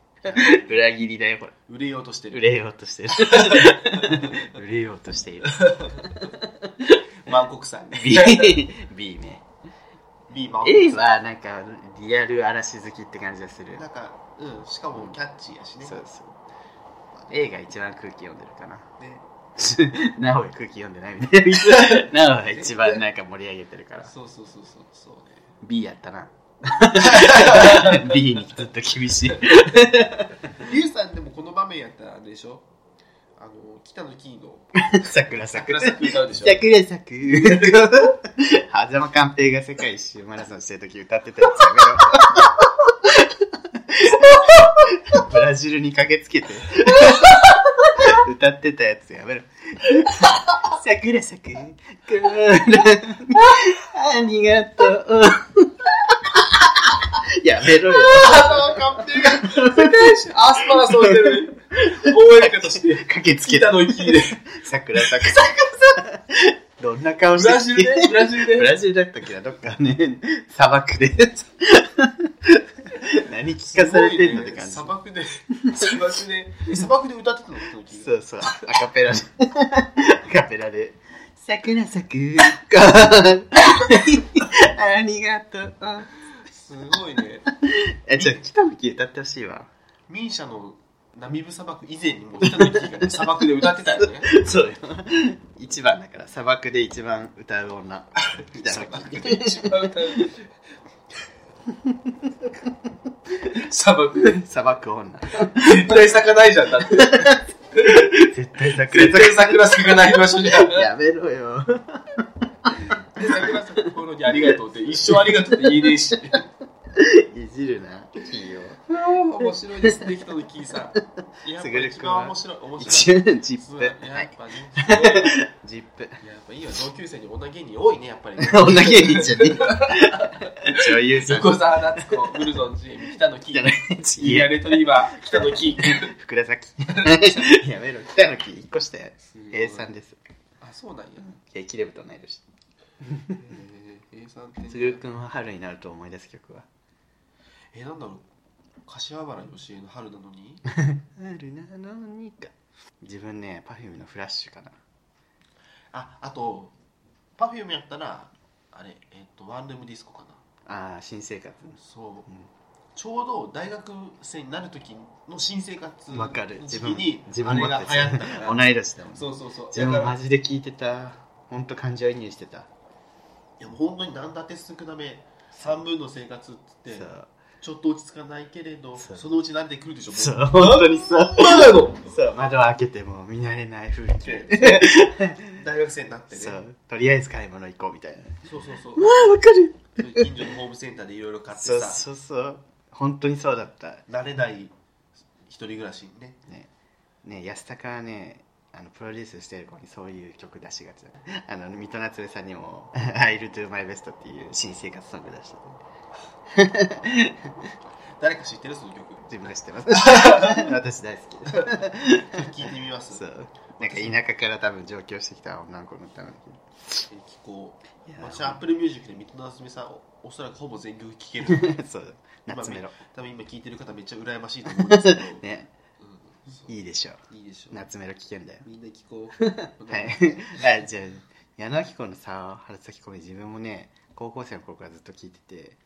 [SPEAKER 2] 裏切りだよこれ
[SPEAKER 1] 売れようとして
[SPEAKER 2] 売
[SPEAKER 1] る
[SPEAKER 2] れようとして [laughs] る売れようと [laughs] している
[SPEAKER 1] 万国債
[SPEAKER 2] B, [laughs] B ね
[SPEAKER 1] B 万国
[SPEAKER 2] A
[SPEAKER 1] 債
[SPEAKER 2] はなんかリアル嵐好きって感じがする
[SPEAKER 1] なんかうんしかもキャッチーやしね
[SPEAKER 2] そうそう A が一番空気読んでるか [laughs] な
[SPEAKER 1] ね
[SPEAKER 2] なおが空気読んでないみたいな [laughs] なおが一番なんか盛り上げてるから
[SPEAKER 1] そうそうそうそうそうね
[SPEAKER 2] B やった [laughs] な B にずっと厳し
[SPEAKER 1] リ
[SPEAKER 2] い
[SPEAKER 1] ュウさんでもこの場面やったらあれでしょあの北野キーの
[SPEAKER 2] 桜咲
[SPEAKER 1] 桜
[SPEAKER 2] く
[SPEAKER 1] 咲く歌うでしょ
[SPEAKER 2] 桜咲く [laughs] 狭間寛平が世界一周マラソンしてる時歌ってたやつやめろ [laughs] ブラジルに駆けつけて [laughs] 歌ってたやつやめろ [laughs] 桜咲く [laughs] ありがとう [laughs] やめろよ
[SPEAKER 1] あーカンペが世界一 [laughs] アスパラソンしてる応援歌として
[SPEAKER 2] 駆けつけ
[SPEAKER 1] 北
[SPEAKER 2] た
[SPEAKER 1] 野キーで
[SPEAKER 2] 桜咲
[SPEAKER 1] [laughs]
[SPEAKER 2] くどんな顔し
[SPEAKER 1] ブ
[SPEAKER 2] て
[SPEAKER 1] ラジルでブラジル
[SPEAKER 2] ブ
[SPEAKER 1] で
[SPEAKER 2] ラジルだったっけな、どっか [laughs] ね、砂漠で。何聞かされてんのって感じ。
[SPEAKER 1] すごいね砂漠で砂漠でえ砂漠で歌ってたの北野キー
[SPEAKER 2] そうそう、アカペラで。アカペラで。桜咲 [laughs] く。ありがとう。
[SPEAKER 1] すごいね
[SPEAKER 2] え、ちょ、北の木歌ってほしいわ。
[SPEAKER 1] ミーシャのナミブ砂漠以前にも北野キー
[SPEAKER 2] [laughs]
[SPEAKER 1] がね砂漠で歌ってたよね
[SPEAKER 2] そうよ。一番だから、砂漠で一番歌う女。北
[SPEAKER 1] 砂
[SPEAKER 2] の木
[SPEAKER 1] 漠で一番歌う砂漠で
[SPEAKER 2] 砂漠女。
[SPEAKER 1] 絶対咲かないじゃんだって
[SPEAKER 2] 絶対桜
[SPEAKER 1] 絶
[SPEAKER 2] 咲
[SPEAKER 1] 対桜咲かない場所じゃん
[SPEAKER 2] く。やめろよ。
[SPEAKER 1] 桜咲く頃にありがとうって一生ありがとうって言いねえし
[SPEAKER 2] いじるな、キーを。
[SPEAKER 1] 面白いですね人のキーさんやっぱ
[SPEAKER 2] すぐる
[SPEAKER 1] 一
[SPEAKER 2] くんは
[SPEAKER 1] 番面白い面
[SPEAKER 2] 一
[SPEAKER 1] 白い
[SPEAKER 2] 応、ジッ
[SPEAKER 1] そう
[SPEAKER 2] プ。
[SPEAKER 1] やっ
[SPEAKER 2] はい、
[SPEAKER 1] ぱ人気多いね
[SPEAKER 2] ジップ。
[SPEAKER 1] やっぱいいよ同級生に女芸人多いねやっぱりね
[SPEAKER 2] 女芸人じゃねえ女優さん
[SPEAKER 1] 横澤夏子ブルゾンチーム北野キ
[SPEAKER 2] じゃ
[SPEAKER 1] ー
[SPEAKER 2] ない
[SPEAKER 1] いやレトリーバー北野キー
[SPEAKER 2] 福田咲 [laughs] やめろ北の木1個下や
[SPEAKER 1] すごい
[SPEAKER 2] A さんです
[SPEAKER 1] あそうなんや
[SPEAKER 2] いやキレブと同い年
[SPEAKER 1] へえ A さんって
[SPEAKER 2] つぐるくんは春になると思い出す曲は
[SPEAKER 1] えなんだろう柏原芳恵の春なのに
[SPEAKER 2] 春なのにか自分ねパフュームのフラッシュかな
[SPEAKER 1] ああとパフュームやったらあれえっとワンルームディスコかな
[SPEAKER 2] ああ新生活
[SPEAKER 1] そう、
[SPEAKER 2] ん
[SPEAKER 1] ちょうど大学生になる時の新生活
[SPEAKER 2] わかる
[SPEAKER 1] の
[SPEAKER 2] 自
[SPEAKER 1] 時
[SPEAKER 2] 分
[SPEAKER 1] に
[SPEAKER 2] 自
[SPEAKER 1] あ
[SPEAKER 2] 分
[SPEAKER 1] れ
[SPEAKER 2] も
[SPEAKER 1] が流行ったか
[SPEAKER 2] 同
[SPEAKER 1] ら
[SPEAKER 2] い年だもん
[SPEAKER 1] そうそうそう
[SPEAKER 2] 自
[SPEAKER 1] だ
[SPEAKER 2] 分
[SPEAKER 1] から
[SPEAKER 2] マジで聞いてたほんと感情移入してた
[SPEAKER 1] いやもう本当に何だって少なめ3分の生活っつって
[SPEAKER 2] そう
[SPEAKER 1] ちょっと落ち着かないけれど
[SPEAKER 2] そう
[SPEAKER 1] そのうち慣れてくるでしょ
[SPEAKER 2] そうう本当にそう
[SPEAKER 1] 何なの
[SPEAKER 2] そう窓を開けても見慣れない風景
[SPEAKER 1] [laughs] 大学生になってね
[SPEAKER 2] そ
[SPEAKER 1] そう
[SPEAKER 2] うとりあえず買い物行こうみたいな
[SPEAKER 1] そうそうそう
[SPEAKER 2] あわかる
[SPEAKER 1] 近所のホームセンターでいろいろ買って
[SPEAKER 2] そう
[SPEAKER 1] さ
[SPEAKER 2] そうそう本当にそうだった
[SPEAKER 1] 慣れない一人暮らしにね
[SPEAKER 2] ねね安高はねあのプロデュースしてる子にそういう曲出しがちだあの水戸夏目さんにも「I'll [laughs] do my best」っていう新生活ソング出した
[SPEAKER 1] 誰か知ってるその曲
[SPEAKER 2] 自分で知ってます [laughs] 私大好きです
[SPEAKER 1] 聞いてみます
[SPEAKER 2] そ
[SPEAKER 1] え
[SPEAKER 2] うなんか田舎から多分上京してきた女の子のために [laughs]
[SPEAKER 1] 聞こう
[SPEAKER 2] いや
[SPEAKER 1] 私アップルミュージックで水戸夏美さんおおそらくほぼ全曲聴ける [laughs]
[SPEAKER 2] そう夏メロ
[SPEAKER 1] 多分今聴いてる方めっちゃ羨ましいと思うんですけ
[SPEAKER 2] [laughs]
[SPEAKER 1] ど、
[SPEAKER 2] ね
[SPEAKER 1] うんそう
[SPEAKER 2] いいでしょう
[SPEAKER 1] いいでしょう
[SPEAKER 2] 夏メロ聴けんだよ
[SPEAKER 1] みんな聴こう
[SPEAKER 2] [laughs] はいあじゃあ矢野明子のさ春先コメ自分もね高校生の頃からずっと聞いてて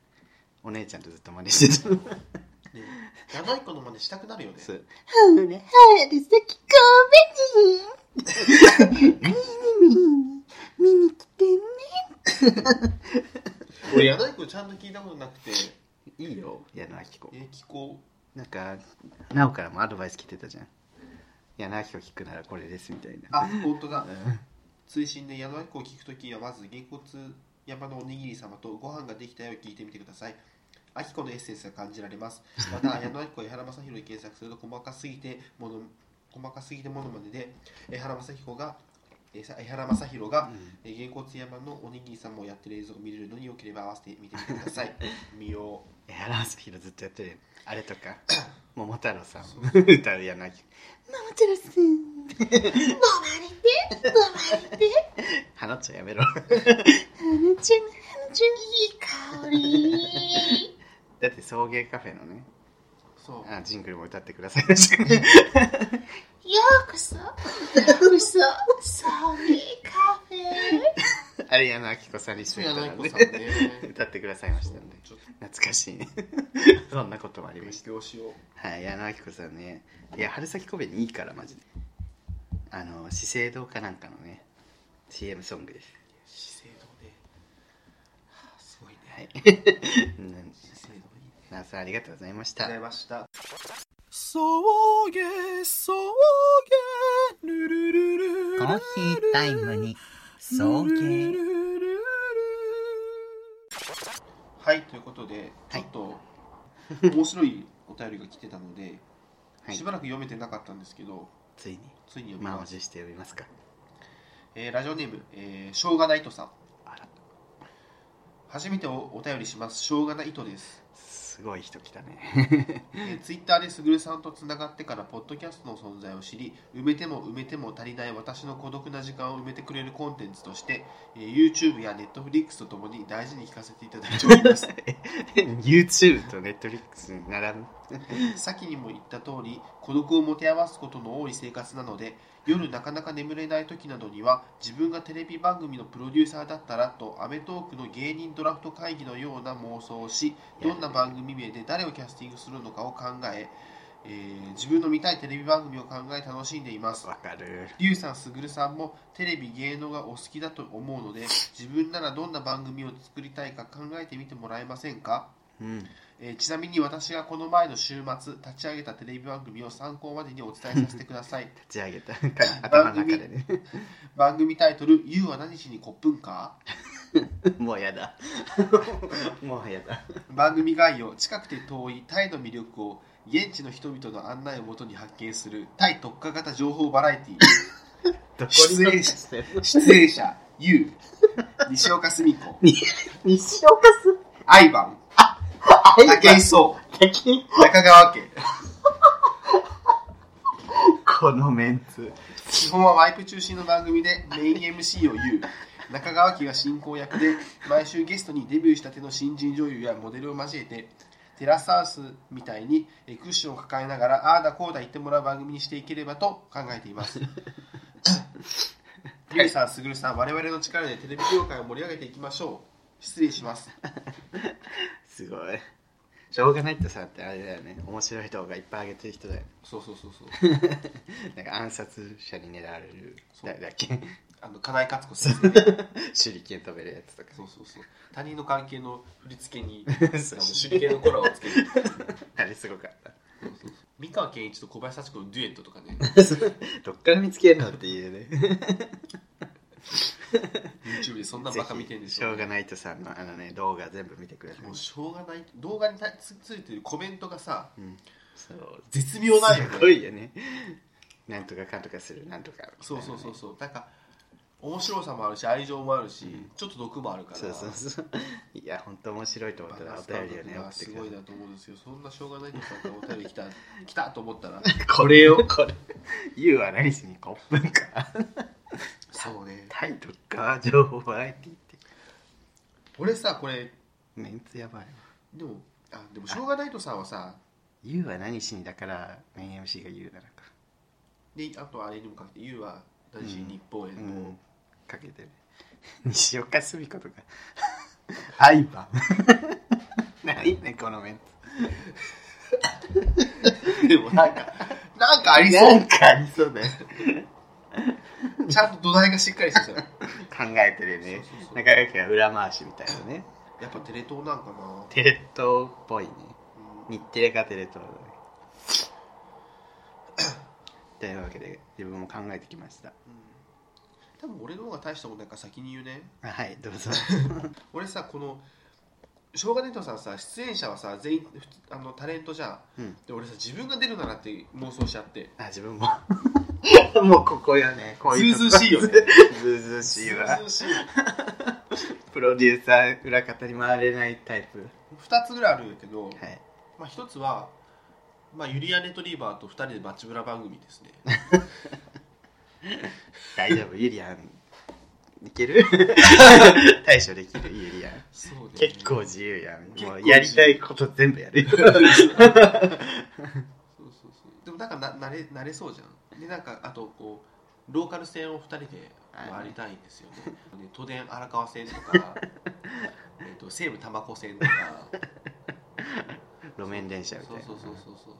[SPEAKER 2] お姉ちゃんとずっと真似してた
[SPEAKER 1] ね長い子の真似したくなるよね
[SPEAKER 2] そうほら春先コメに見に見に来てね
[SPEAKER 1] 俺長い子ちゃんと聞いたことなくて
[SPEAKER 2] いいよ矢野明子
[SPEAKER 1] え聴こ
[SPEAKER 2] なんか奈緒からもアドバイス来てたじゃん矢野明子聞くならこれですみたいな
[SPEAKER 1] うあ本当だ
[SPEAKER 2] うん
[SPEAKER 1] 追伸で長い子を聴くときはまずげんこつ山のおにぎり様とご飯ができたよを聞いてみてくださいあきこのエッセンスが感じられますまた矢野あきこ江原正宏で検索すると細かすぎてもの細かすぎてものまねで江原正彦がえさ江原正宏がえーげんこつ山のおにぎり様をやってる映像が見れるのによければ合わせて見てみてくださ
[SPEAKER 2] [laughs]
[SPEAKER 1] い見よう
[SPEAKER 2] エアランスヒロずっとやってるよあれとか桃太郎さん
[SPEAKER 1] そ
[SPEAKER 2] も歌うやなき桃太郎さん飲まれて飲まれて花ちゃんやめろ花ちゃん花ちゃんいい香りだって送迎カフェのね
[SPEAKER 1] そう
[SPEAKER 2] あジングルも歌ってくださいました
[SPEAKER 3] ようこそ、ようこそ、ソニーカフェ。
[SPEAKER 2] あれ矢野明子さんに一緒に
[SPEAKER 1] や
[SPEAKER 2] 歌
[SPEAKER 1] な
[SPEAKER 2] っ
[SPEAKER 1] い
[SPEAKER 2] た
[SPEAKER 1] こ
[SPEAKER 2] の
[SPEAKER 1] さん
[SPEAKER 2] で
[SPEAKER 1] ね
[SPEAKER 2] [laughs] 歌ってくださいましたんで
[SPEAKER 1] ちょっと
[SPEAKER 2] 懐かしいね [laughs] そんなこともありま
[SPEAKER 1] 勉
[SPEAKER 2] した
[SPEAKER 1] 強しよう
[SPEAKER 2] はい矢野明子さんねいや春先小紅いいからマジであの資生堂かなんかのね CM ソングです
[SPEAKER 1] 資生堂ねはあすごいね
[SPEAKER 2] はいうん
[SPEAKER 1] 資生堂に
[SPEAKER 2] なおさんありがとうございまし
[SPEAKER 1] ご
[SPEAKER 2] た
[SPEAKER 1] ざいました
[SPEAKER 4] そうげそうげルルルル
[SPEAKER 5] コーヒータイムに送迎
[SPEAKER 1] はいということでち
[SPEAKER 2] は
[SPEAKER 1] ょ
[SPEAKER 2] い
[SPEAKER 1] っと面白いお便りが来てたので、
[SPEAKER 2] はい
[SPEAKER 1] しばらく読めてなかったんですけど
[SPEAKER 2] ついに
[SPEAKER 1] ついに読み
[SPEAKER 2] 満を
[SPEAKER 1] ます、
[SPEAKER 2] 持して読みますか
[SPEAKER 1] えーラジオネーム、えー、しょうがないとさん
[SPEAKER 2] あら
[SPEAKER 1] 初めておお便りしますしょうがない糸です、
[SPEAKER 2] すごい人来たね [laughs]
[SPEAKER 1] えー、ツイッターですぐるさんとつながってからポッドキャストの存在を知り埋めても埋めても足りない私の孤独な時間を埋めてくれるコンテンツとして、えー YouTube や Netflix とともに大事に聞かせていただいております
[SPEAKER 2] YouTube と Netflix に並ぶ
[SPEAKER 1] 先にも言った通り孤独を持て余すことの多い生活なので夜なかなか眠れない時などには自分がテレビ番組のプロデューサーだったらとアメトーークの芸人ドラフト会議のような妄想をしどんな番組名で誰をキャスティングするのかを考ええー自分の見たいテレビ番組を考え楽しんでいます
[SPEAKER 2] わかる
[SPEAKER 1] リュウさん、スグルさんもテレビ、芸能がお好きだと思うので自分ならどんな番組を作りたいか考えてみてもらえませんか
[SPEAKER 2] うん
[SPEAKER 1] えーちなみに私がこの前の週末立ち上げたテレビ番組を参考までにお伝えさせてください
[SPEAKER 2] 立ち上げた頭の中でね
[SPEAKER 1] 番組タイトル「YOU は何しにコップンか?
[SPEAKER 2] もうやだ [laughs] もうやだ」
[SPEAKER 1] 番組概要近くて遠いタイの魅力を現地の人々の案内をもとに発見するタイ特化型情報バラエティ
[SPEAKER 2] どこ
[SPEAKER 1] 失
[SPEAKER 2] に
[SPEAKER 1] 礼
[SPEAKER 2] してる
[SPEAKER 1] 出演者 YOU 西岡澄子
[SPEAKER 2] 西岡さん
[SPEAKER 1] アイバン
[SPEAKER 2] あ
[SPEAKER 1] 武井壮
[SPEAKER 2] 敵
[SPEAKER 1] 中川家
[SPEAKER 2] このメンツ
[SPEAKER 1] 基本はワイプ中心の番組でメイン MC を言う中川家が進行役で毎週ゲストにデビューしたての新人女優やモデルを交えてテラスハウスみたいにえクッションを抱えながらああだこうだ言ってもらう番組にしていければと考えてい [laughs] ます。ゆりさん、すぐるさん、我々の力でテレビ業界を盛り上げていきましょう。失礼します。
[SPEAKER 2] すごいしょうがないってさってあれだよね面白い動画いっぱい上げてる人だよね
[SPEAKER 1] そうそうそうそう。
[SPEAKER 2] なんか暗殺者に狙われる
[SPEAKER 1] そう
[SPEAKER 2] だだっけ
[SPEAKER 1] あの金井勝子先生、 [laughs] ね。
[SPEAKER 2] 手裏剣飛べるやつとか
[SPEAKER 1] そうそうそう。他人の関係の振り付け [laughs] にあの
[SPEAKER 2] そう
[SPEAKER 1] 手裏剣のコラをつけて。
[SPEAKER 2] あれすごかった [laughs]
[SPEAKER 1] 三河健一と小林幸子のデュエットとかね
[SPEAKER 2] どっから見つけるのっていう
[SPEAKER 1] [laughs]
[SPEAKER 2] ね
[SPEAKER 1] YouTube でそんなバカ見てんでし
[SPEAKER 2] ぜひ
[SPEAKER 1] ょ
[SPEAKER 2] しょうがないとさんのあのね動画全部見てください
[SPEAKER 1] もうしょうがない動画にたつついてるコメントがさ
[SPEAKER 2] そう
[SPEAKER 1] 絶妙なんよね
[SPEAKER 2] すごいよねなんとかかんとかするなんとか
[SPEAKER 1] そうそうそうそうなんか面白さもあるし愛情もあるし、ちょっと毒もあるから
[SPEAKER 2] そうそうそういや本当面白いと思
[SPEAKER 1] バ
[SPEAKER 2] った
[SPEAKER 1] ラ
[SPEAKER 2] ら
[SPEAKER 1] ン
[SPEAKER 2] お
[SPEAKER 1] ス感
[SPEAKER 2] 便りを
[SPEAKER 1] 覚
[SPEAKER 2] ね
[SPEAKER 1] が
[SPEAKER 2] 送っ
[SPEAKER 1] す
[SPEAKER 2] てくだ
[SPEAKER 1] ごい
[SPEAKER 2] さ
[SPEAKER 1] なと思うんですよそんなしょうがないとさんがお便り
[SPEAKER 2] [laughs]
[SPEAKER 1] 来た来たと思ったら
[SPEAKER 2] いこれをこれ「言うは何しにコップンか
[SPEAKER 1] そうね
[SPEAKER 2] タイトルか情報バラエティ」って
[SPEAKER 1] 俺さこれ
[SPEAKER 2] メンツやばいわ
[SPEAKER 1] でもあでもしょうがないとさんはさ
[SPEAKER 2] 「言うは何しに」だからメイン MC が言うなのか
[SPEAKER 1] であとあれにもかけて「ゆうは男子日本へ
[SPEAKER 2] う
[SPEAKER 1] の、
[SPEAKER 2] んかけてね西岡澄子とか相葉何ねこのメンツ
[SPEAKER 1] でもなんかなんかあり
[SPEAKER 2] な
[SPEAKER 1] そ
[SPEAKER 2] んかありそうだよ
[SPEAKER 1] うちゃんと土台がしっかりしてた
[SPEAKER 2] 考えてるよね
[SPEAKER 1] そうそうそう
[SPEAKER 2] 中川家は裏回しみたいなね
[SPEAKER 1] やっぱテレ東なんかな、
[SPEAKER 2] テレ東っぽいね
[SPEAKER 1] うん
[SPEAKER 2] 日テレかテレ東だね [coughs] というわけで自分も考えてきました
[SPEAKER 1] 多分俺の方が大したことないから先に言うね
[SPEAKER 2] あはいどう [laughs] ぞ
[SPEAKER 1] 俺さこのしょうがねとさんさ出演者はさ全員ふつあのタレントじゃん、
[SPEAKER 2] うん
[SPEAKER 1] で俺さ自分が出るならって妄想しちゃって
[SPEAKER 2] あ自分も [laughs] もうここよねこういうと
[SPEAKER 1] ずうず
[SPEAKER 2] こ
[SPEAKER 1] うしいよね
[SPEAKER 2] [laughs] ずうずうしいわ
[SPEAKER 1] 涼しい
[SPEAKER 2] プロデューサー裏方に回れないタイプ
[SPEAKER 1] 2つぐらいあるんやけど、
[SPEAKER 2] はい
[SPEAKER 1] まあ、1つは、まあ、ユリア・ネトリーバーと2人で街
[SPEAKER 2] [laughs]
[SPEAKER 1] ブラ番組ですね
[SPEAKER 2] 大丈夫ユリアンいけ [laughs] る対処できるゆりやん
[SPEAKER 1] そうだよね
[SPEAKER 2] 結構自由やん
[SPEAKER 1] 結
[SPEAKER 2] も
[SPEAKER 1] 構自由
[SPEAKER 2] うやりたいこと全部やる
[SPEAKER 1] そうそうそうでもなんかな慣れ慣れそうじゃんでなんかあとこうローカル線を2人で回りたいんですよね [laughs] ね都電荒川線と
[SPEAKER 2] [laughs]
[SPEAKER 1] かえっと西武多摩湖線とか
[SPEAKER 2] 路面電車みたい
[SPEAKER 1] そう
[SPEAKER 2] な
[SPEAKER 1] そうそうそうそうそ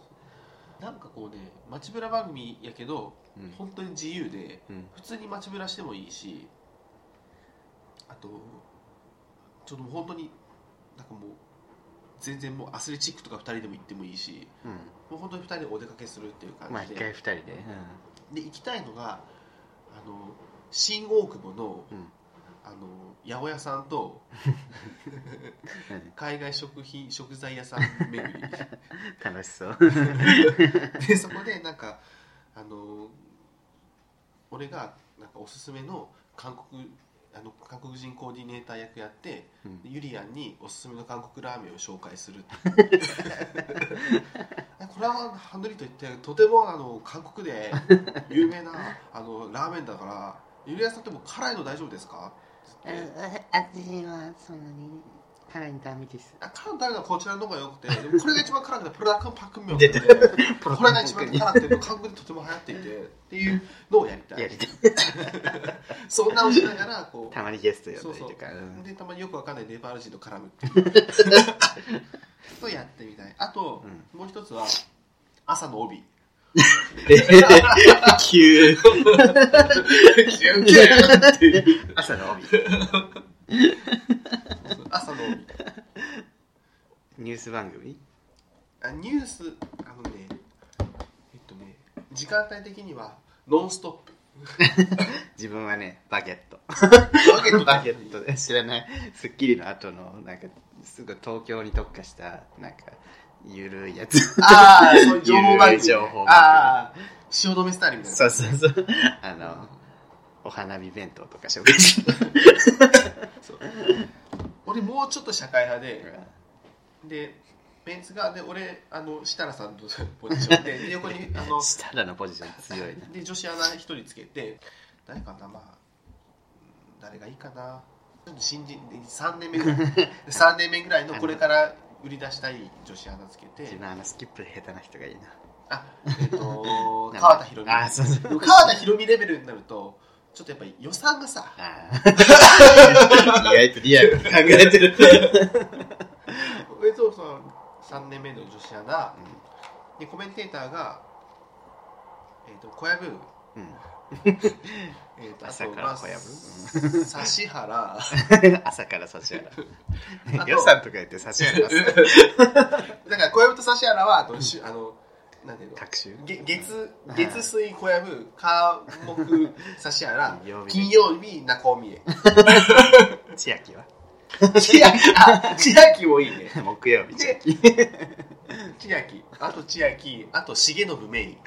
[SPEAKER 1] うなんかこうね街ぶら番組やけど
[SPEAKER 2] うん
[SPEAKER 1] 本当に自由で
[SPEAKER 2] うん
[SPEAKER 1] 普通に街ぶらしてもいいしあとちょっともう本当になんかもう全然もうアスレチックとか2人でも行ってもいいし
[SPEAKER 2] うん
[SPEAKER 1] もう本当に2人でお出かけするっていう
[SPEAKER 2] まあ
[SPEAKER 1] 感
[SPEAKER 2] 一
[SPEAKER 1] じで、
[SPEAKER 2] 回二人で
[SPEAKER 1] で行きたいのがあの新大久保の,、
[SPEAKER 2] うん
[SPEAKER 1] あの八百屋さんと
[SPEAKER 2] うんうん
[SPEAKER 1] 海外食品食材屋さん巡り
[SPEAKER 2] 楽しそう
[SPEAKER 1] でそこでなんかあの俺がなんかおすすめの韓国あの韓国人コーディネーター役やって
[SPEAKER 2] うん
[SPEAKER 1] でゆりやんにおすすめの韓国ラーメンを紹介する
[SPEAKER 2] [laughs]
[SPEAKER 1] これはハンドリーといってとてもあの韓国で有名なあのラーメンだからゆりやんさんってもう辛いの大丈夫ですかって言って
[SPEAKER 2] 私はそんなに辛いのダメです
[SPEAKER 1] あ辛いの誰がこちらの方がよくてでもこれが一番辛くてプラカンパックンミョン
[SPEAKER 2] 出て
[SPEAKER 1] で
[SPEAKER 2] プロ
[SPEAKER 1] これが一番辛くて韓国でとても流行っていてっていうのをやりた
[SPEAKER 2] や
[SPEAKER 1] い
[SPEAKER 2] りたい
[SPEAKER 1] そんなをしながらこう
[SPEAKER 2] たまにゲスト
[SPEAKER 1] そうん
[SPEAKER 2] 呼だ
[SPEAKER 1] そう
[SPEAKER 2] りとかうん
[SPEAKER 1] でたまによくわかんないネパール人と絡む [laughs] っていうとやってみたいあと、もう一つは朝の帯休
[SPEAKER 2] 急
[SPEAKER 1] 憩
[SPEAKER 2] 朝の帯
[SPEAKER 1] [laughs] 朝の帯
[SPEAKER 2] ニュース番組
[SPEAKER 1] あニュースあのねえっとね時間帯的にはノンスト
[SPEAKER 2] 自分はねバゲット
[SPEAKER 1] ップバゲット
[SPEAKER 2] バゲットで知らない『スッキリ』の後のなんかすごい東京に特化したなんかゆるいやつ
[SPEAKER 1] [laughs] ああそういう情報番
[SPEAKER 2] ゆるい
[SPEAKER 1] 組
[SPEAKER 2] 情報番組
[SPEAKER 1] ああ汐留スタイルみたいな
[SPEAKER 2] そうそうそうあのお花見弁当とか紹介して
[SPEAKER 1] 俺もうちょっと社会派ででベンツがで俺あの設楽さんとポジション
[SPEAKER 2] [laughs]
[SPEAKER 1] でで横にあの
[SPEAKER 2] 設楽のポジション強いな
[SPEAKER 1] で女子アナ一人つけて誰かなまあうん誰がいいかなちょっと新人で3年目
[SPEAKER 2] [laughs]
[SPEAKER 1] ぐらい3年目ぐらいのこれから売り出したい女子アナつけ
[SPEAKER 2] 自
[SPEAKER 1] て
[SPEAKER 2] 分あのスキップ下手な人がいいな
[SPEAKER 1] あえっ、と
[SPEAKER 2] [laughs] 名前
[SPEAKER 1] 川田博美
[SPEAKER 2] あそうそう
[SPEAKER 1] でも川田博美レベルになるとちょっとやっぱり予算がさ
[SPEAKER 2] あー [laughs] 意外とリアルに考えてる
[SPEAKER 1] 上蔵さん3年目の女子アナ、でコメンテーターが、えっと小籔、
[SPEAKER 2] うん
[SPEAKER 1] えっとあ
[SPEAKER 2] 朝
[SPEAKER 1] と
[SPEAKER 2] から
[SPEAKER 1] まあ
[SPEAKER 2] 小
[SPEAKER 1] 指
[SPEAKER 2] [laughs]
[SPEAKER 1] 原
[SPEAKER 2] 朝から指
[SPEAKER 1] あ
[SPEAKER 2] 原
[SPEAKER 1] と
[SPEAKER 2] [laughs] 予算とか言って指原出す
[SPEAKER 1] だから小籔と指原はあとしあのなんていうの
[SPEAKER 2] 各週
[SPEAKER 1] げ月月水小籔火木指原
[SPEAKER 2] 金曜日
[SPEAKER 1] 金曜日中尾美
[SPEAKER 2] 千秋は
[SPEAKER 1] 恵千秋あ千秋もいいね
[SPEAKER 2] 木曜日
[SPEAKER 1] で
[SPEAKER 2] [laughs]
[SPEAKER 1] 千秋あと千秋あと重信メ
[SPEAKER 2] [laughs]
[SPEAKER 1] イ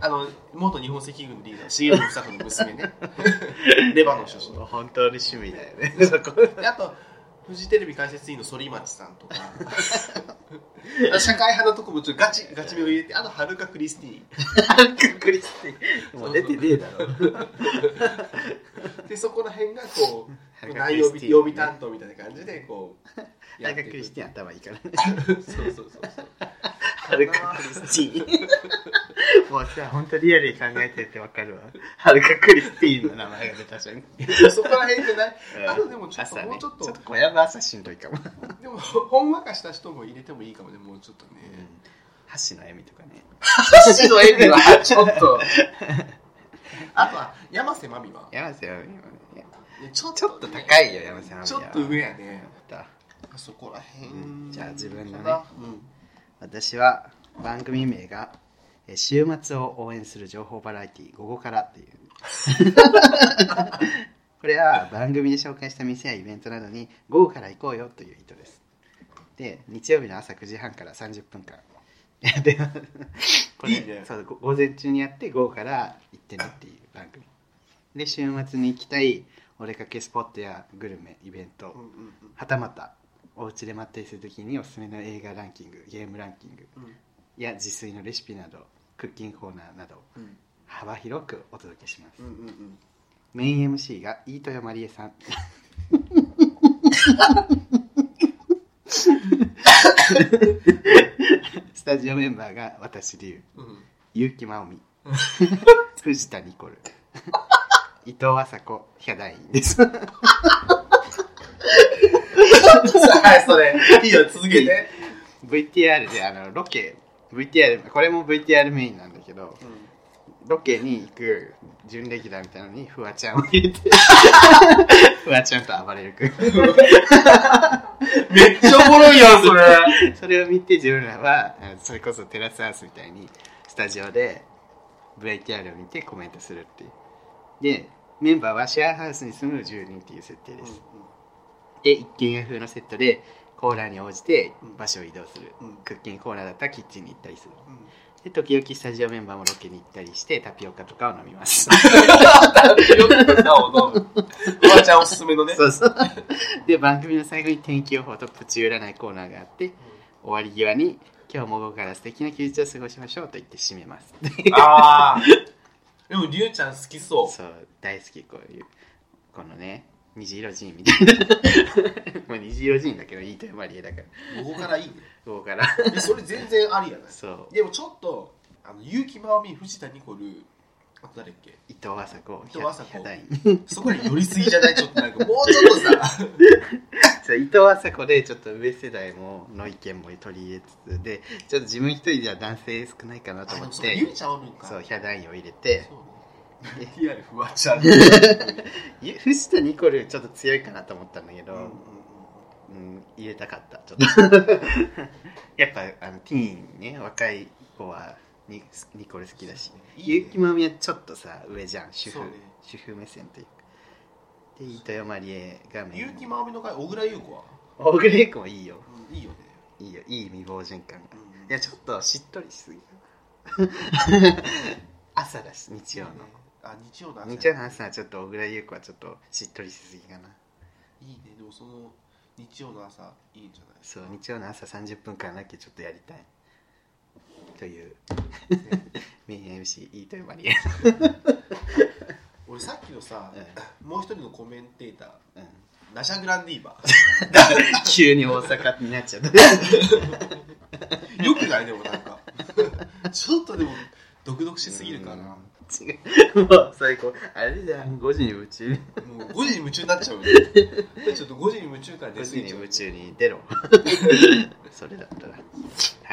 [SPEAKER 1] あの元日本赤軍リーダー重信房子の娘ねレバノン出身
[SPEAKER 2] 本当に趣味だよね [laughs] そこ
[SPEAKER 1] であとフジテレビ解説委員の反町さん [laughs] とか社会派のとこもちょっとガチガチめを入れてあとはるかクリスティーン
[SPEAKER 2] クリスティ [laughs] もう出てねえだろ
[SPEAKER 1] でそこら辺がこう
[SPEAKER 2] はるかク
[SPEAKER 1] 内
[SPEAKER 2] リ
[SPEAKER 1] 曜
[SPEAKER 2] スティーンね
[SPEAKER 1] 日曜日担当みたいな感じでこう
[SPEAKER 2] はるか
[SPEAKER 1] い
[SPEAKER 2] クリスティン頭いいからね
[SPEAKER 1] くそうそうそうそう
[SPEAKER 2] はるかクリスティン [laughs] もうさ本当リアルに考えててわかるわはるかクリスティンの名前が出た瞬間
[SPEAKER 1] そこら辺じゃないあとでもちょっと
[SPEAKER 2] 朝ね
[SPEAKER 1] もうちょっと
[SPEAKER 2] ちょっと小籔朝しんどいかも
[SPEAKER 1] でもほんわかした人も入れてもいいかもねもうちょっとね
[SPEAKER 2] 箸の笑みとかね
[SPEAKER 1] 橋の演技はちょっ
[SPEAKER 2] [laughs]
[SPEAKER 1] とあとは山瀬まみは
[SPEAKER 2] 山瀬は今ね
[SPEAKER 1] ちょっ
[SPEAKER 2] ちょっと高
[SPEAKER 1] い
[SPEAKER 2] いよ山瀬は
[SPEAKER 1] ちょっと上やね
[SPEAKER 2] だ
[SPEAKER 1] そこら辺、
[SPEAKER 2] うんじゃあ自分のね
[SPEAKER 1] かなうん
[SPEAKER 2] 私は番組名がえー「週末を応援する情報バラエティ午後から」っていう [laughs] これは番組で紹介した店やイベントなどに午後から行こうよという意図ですで日曜日の朝9時半から30分間 [laughs] でこれ
[SPEAKER 1] いいね
[SPEAKER 2] そうご午前中にやって午後から行ってねっていう番組で週末に行きたいお出かけスポットやグルメイベント、
[SPEAKER 1] うんうんうん
[SPEAKER 2] はたまたお家で待っている時におすすめの映画ランキングゲームランキング
[SPEAKER 1] うん
[SPEAKER 2] や自炊のレシピなどクッキングコーナーなど
[SPEAKER 1] うん
[SPEAKER 2] 幅広くお届けします、
[SPEAKER 1] うんうんうん
[SPEAKER 2] メイン MC が飯豊まりえさんスタジオメンバーが私龍
[SPEAKER 1] うん
[SPEAKER 2] 結城真央美藤田ニ
[SPEAKER 1] [laughs]
[SPEAKER 2] コル伊藤麻子ヒャダインです
[SPEAKER 1] はいそれいいよ続けて
[SPEAKER 2] VTR であのロケ VTR これも VTR メインなんだけどロケに行く準レギュラーみたいなのにフワちゃんを入れて [laughs] フワちゃんと暴れる君
[SPEAKER 1] めっちゃおもろいやんそれ
[SPEAKER 2] [laughs] それを見て自分らはあのそれこそテラスハウスみたいにスタジオで VTR を見てコメントするっていうでメンバーはシェアハウスに住む住人っていう設定です、で一軒家風のセットでコーナーに応じて場所を移動する、
[SPEAKER 1] うん
[SPEAKER 2] クッキングコーナーだったらキッチンに行ったりするで時々スタジオメンバーもロケに行ったりしてタピオカとかを飲みます
[SPEAKER 1] よくなおのおばちゃんおすすめのね
[SPEAKER 2] そうそうで番組の最後に天気予報とプチ占いコーナーがあって終わり際に今日も午後から素敵な休日を過ごしましょうと言って締めます
[SPEAKER 1] ああでもりゅうちゃん好きそう
[SPEAKER 2] そう大好きこういうこのね虹色ジーンみたい
[SPEAKER 1] [laughs]
[SPEAKER 2] なもう虹色ジーンだけどいいというマリエだから
[SPEAKER 1] ここからいいね
[SPEAKER 2] ここから
[SPEAKER 1] えそれ全然ありやない
[SPEAKER 2] そう
[SPEAKER 1] でもちょっとあの結城まおみ藤田ニコルあと誰っけ
[SPEAKER 2] 伊藤麻子
[SPEAKER 1] 伊藤麻子
[SPEAKER 2] ヒャダイン
[SPEAKER 1] そこに寄りすぎじゃないちょっとなんかもうちょっとさ
[SPEAKER 2] そう伊藤麻子でちょっと上世代もの意見も取り入れつつでちょっと自分一人では男性少ないかなと
[SPEAKER 1] あで
[SPEAKER 2] 思
[SPEAKER 1] も
[SPEAKER 2] っ
[SPEAKER 1] そこゆ
[SPEAKER 2] て
[SPEAKER 1] うちゃんおるんか
[SPEAKER 2] そうヒャダインを入れて
[SPEAKER 1] そうねリアルフワちゃん
[SPEAKER 2] いや藤田ニコルちょっと強いかなと思ったんだけど、
[SPEAKER 1] うんうん
[SPEAKER 2] うん、入れたかったちょ
[SPEAKER 1] [laughs]
[SPEAKER 2] っとやっぱあのティーンね若い子はにニコル好きだし
[SPEAKER 1] いいね
[SPEAKER 2] ゆきまみはちょっとさ上じゃん主婦、
[SPEAKER 1] そうね
[SPEAKER 2] 主婦目線というかで糸山まりえがメイン
[SPEAKER 1] 結城まおみの会小倉優子は、
[SPEAKER 2] 大倉優子もいいよ
[SPEAKER 1] うん、いいよね、
[SPEAKER 2] いいよいい未亡人感が
[SPEAKER 1] うん
[SPEAKER 2] いやちょっとしっとりし
[SPEAKER 1] [laughs]
[SPEAKER 2] すぎ朝だし日曜の
[SPEAKER 1] あ日曜の朝
[SPEAKER 2] 日曜の朝はちょっと小倉優子はちょっとしっとりしすぎかない
[SPEAKER 1] いねでもその日曜の朝いいんじゃない
[SPEAKER 2] そう日曜の朝30分間だけちょっとやりたいと [laughs] いうメイン MC 飯豊まりえ
[SPEAKER 1] 俺さっきのさ、もう一人のコメンテーター
[SPEAKER 2] うん
[SPEAKER 1] ナシャグランディーバ
[SPEAKER 2] 急に大阪になっちゃった
[SPEAKER 1] ーよくないでもなんか [laughs] ちょっとでも毒々しすぎるかな、
[SPEAKER 2] 違う [laughs] もう最高あれじゃん5時に夢中
[SPEAKER 1] もう5時に夢中になっちゃうよ
[SPEAKER 2] [laughs]
[SPEAKER 1] ねちょっと5時に夢中から
[SPEAKER 2] 5
[SPEAKER 1] 出過
[SPEAKER 2] 時
[SPEAKER 1] ぎ
[SPEAKER 2] に
[SPEAKER 1] ちゃう
[SPEAKER 2] 夢中に [laughs] 出ろそれだったら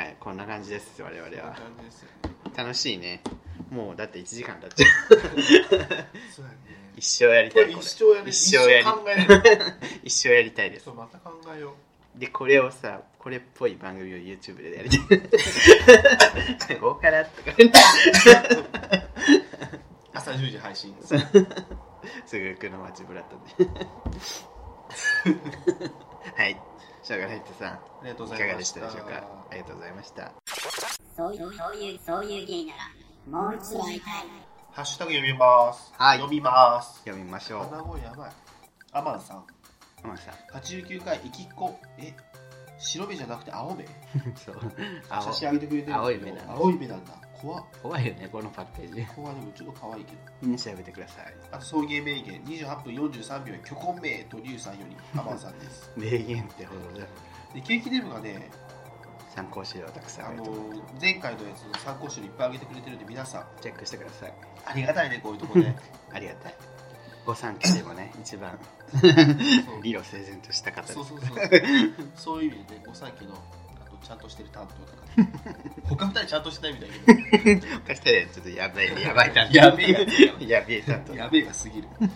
[SPEAKER 2] はいこんな感じです我々
[SPEAKER 1] こんな
[SPEAKER 2] は
[SPEAKER 1] 感じですよね
[SPEAKER 2] 楽しいねもうだって1時間経っ [laughs] ちゃう
[SPEAKER 1] そうだね
[SPEAKER 2] 一生やり
[SPEAKER 1] こ
[SPEAKER 2] たい
[SPEAKER 1] れ
[SPEAKER 2] こ
[SPEAKER 1] 一
[SPEAKER 2] れ
[SPEAKER 1] 生やね
[SPEAKER 2] 一生やり
[SPEAKER 1] 考える
[SPEAKER 2] 一生やりたいで
[SPEAKER 1] [laughs]
[SPEAKER 2] す
[SPEAKER 1] そうまた考えよ
[SPEAKER 2] でこれをさこれっぽい番組を YouTube でやり [laughs] たいここからとか
[SPEAKER 1] う朝10時配信
[SPEAKER 2] すぐくの街ブラッドではいしょうがないってさ
[SPEAKER 1] ありがとうご
[SPEAKER 2] い
[SPEAKER 1] ざい
[SPEAKER 2] かが
[SPEAKER 1] ま
[SPEAKER 2] で
[SPEAKER 1] し
[SPEAKER 2] した
[SPEAKER 1] た
[SPEAKER 2] でしょうかありがとうございました
[SPEAKER 6] そういう、そういう、そういう芸なら、もう一度会いたい。
[SPEAKER 1] ハッシュタグ読みます
[SPEAKER 2] はい
[SPEAKER 1] 読みます
[SPEAKER 2] 読みましょ
[SPEAKER 1] 鼻
[SPEAKER 2] う
[SPEAKER 1] 声やばいアマンさん
[SPEAKER 2] ママさん
[SPEAKER 1] 89回いきっこえ白目じゃなくて青目
[SPEAKER 2] そう
[SPEAKER 1] 写
[SPEAKER 2] 青
[SPEAKER 1] 真あげてくれてるんだけど
[SPEAKER 2] 青い目なんだ
[SPEAKER 1] 青い目なんだ怖っ
[SPEAKER 2] 怖いよねこのパッケージ
[SPEAKER 1] 怖いでもちょっと可愛いけど
[SPEAKER 2] みんな調べてください
[SPEAKER 1] あと送迎名言28分43秒虚婚名とリュウさんよりアマンさんです
[SPEAKER 2] [laughs] 名言ってほどだ
[SPEAKER 1] でケーキデブがね
[SPEAKER 2] 参考資料をたくさんあ
[SPEAKER 1] あ
[SPEAKER 2] る
[SPEAKER 1] の
[SPEAKER 2] と思う
[SPEAKER 1] 前回のやつの参考書にいっぱいあげてくれてるんで皆さん
[SPEAKER 2] チェックしてください
[SPEAKER 1] ありがたいねこういうとこ
[SPEAKER 2] [laughs]
[SPEAKER 1] ね
[SPEAKER 2] ありがたいご参加でもね一番
[SPEAKER 1] そう
[SPEAKER 2] 理路整然とした方で
[SPEAKER 1] そう
[SPEAKER 2] す
[SPEAKER 1] そうそう。そういう意味でね、ご三家のあとちゃんとしてる担当とか、他二人ちゃんとしてないみたいだけ
[SPEAKER 2] 他したらちょっとやば
[SPEAKER 1] [laughs]
[SPEAKER 2] いやばい担
[SPEAKER 1] ど、やべえや
[SPEAKER 2] 当 [laughs] やべえ担当
[SPEAKER 1] つ、やべえがすぎる。元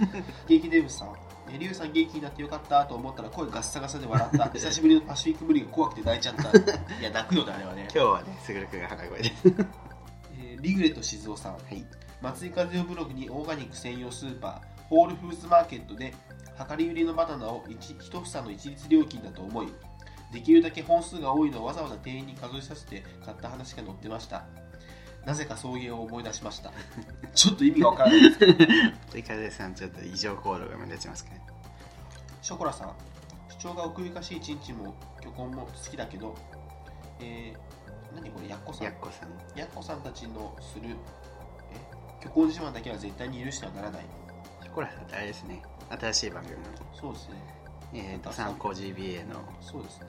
[SPEAKER 1] 気デブさん、えリュウさん元気になってよかったと思ったら声ガッサガサで笑った。久しぶりのパシフィックブリが怖くて泣いちゃった。いや、泣くよね、あれはね。
[SPEAKER 2] 今日はねすぐるくんが鼻声です
[SPEAKER 1] えーリグレット静雄さん、
[SPEAKER 2] い
[SPEAKER 1] 松井和代ブログにオーガニック専用スーパーホールフーズマーケットで量り売りのバナナを 1, 一房の一律料金だと思いできるだけ本数が多いのをわざわざ店員に数えさせて買った話が載ってましたなぜか送迎を思い出しました [laughs] ちょっと意味がわからないですけど
[SPEAKER 2] 追加でさんちょっと異常行動が目立ちますかね
[SPEAKER 1] [laughs] ショコラさん主張が奥ゆかしいチンチンも巨根も好きだけどえー、何これやっこさん
[SPEAKER 2] やっこさん
[SPEAKER 1] やっこさんたちのするえ虚婚自慢だけは絶対に許してはならない
[SPEAKER 2] チョコラだってあれですね新しい番組の、
[SPEAKER 1] そうですね。
[SPEAKER 2] えー、と参考 GBA の
[SPEAKER 1] そうですね。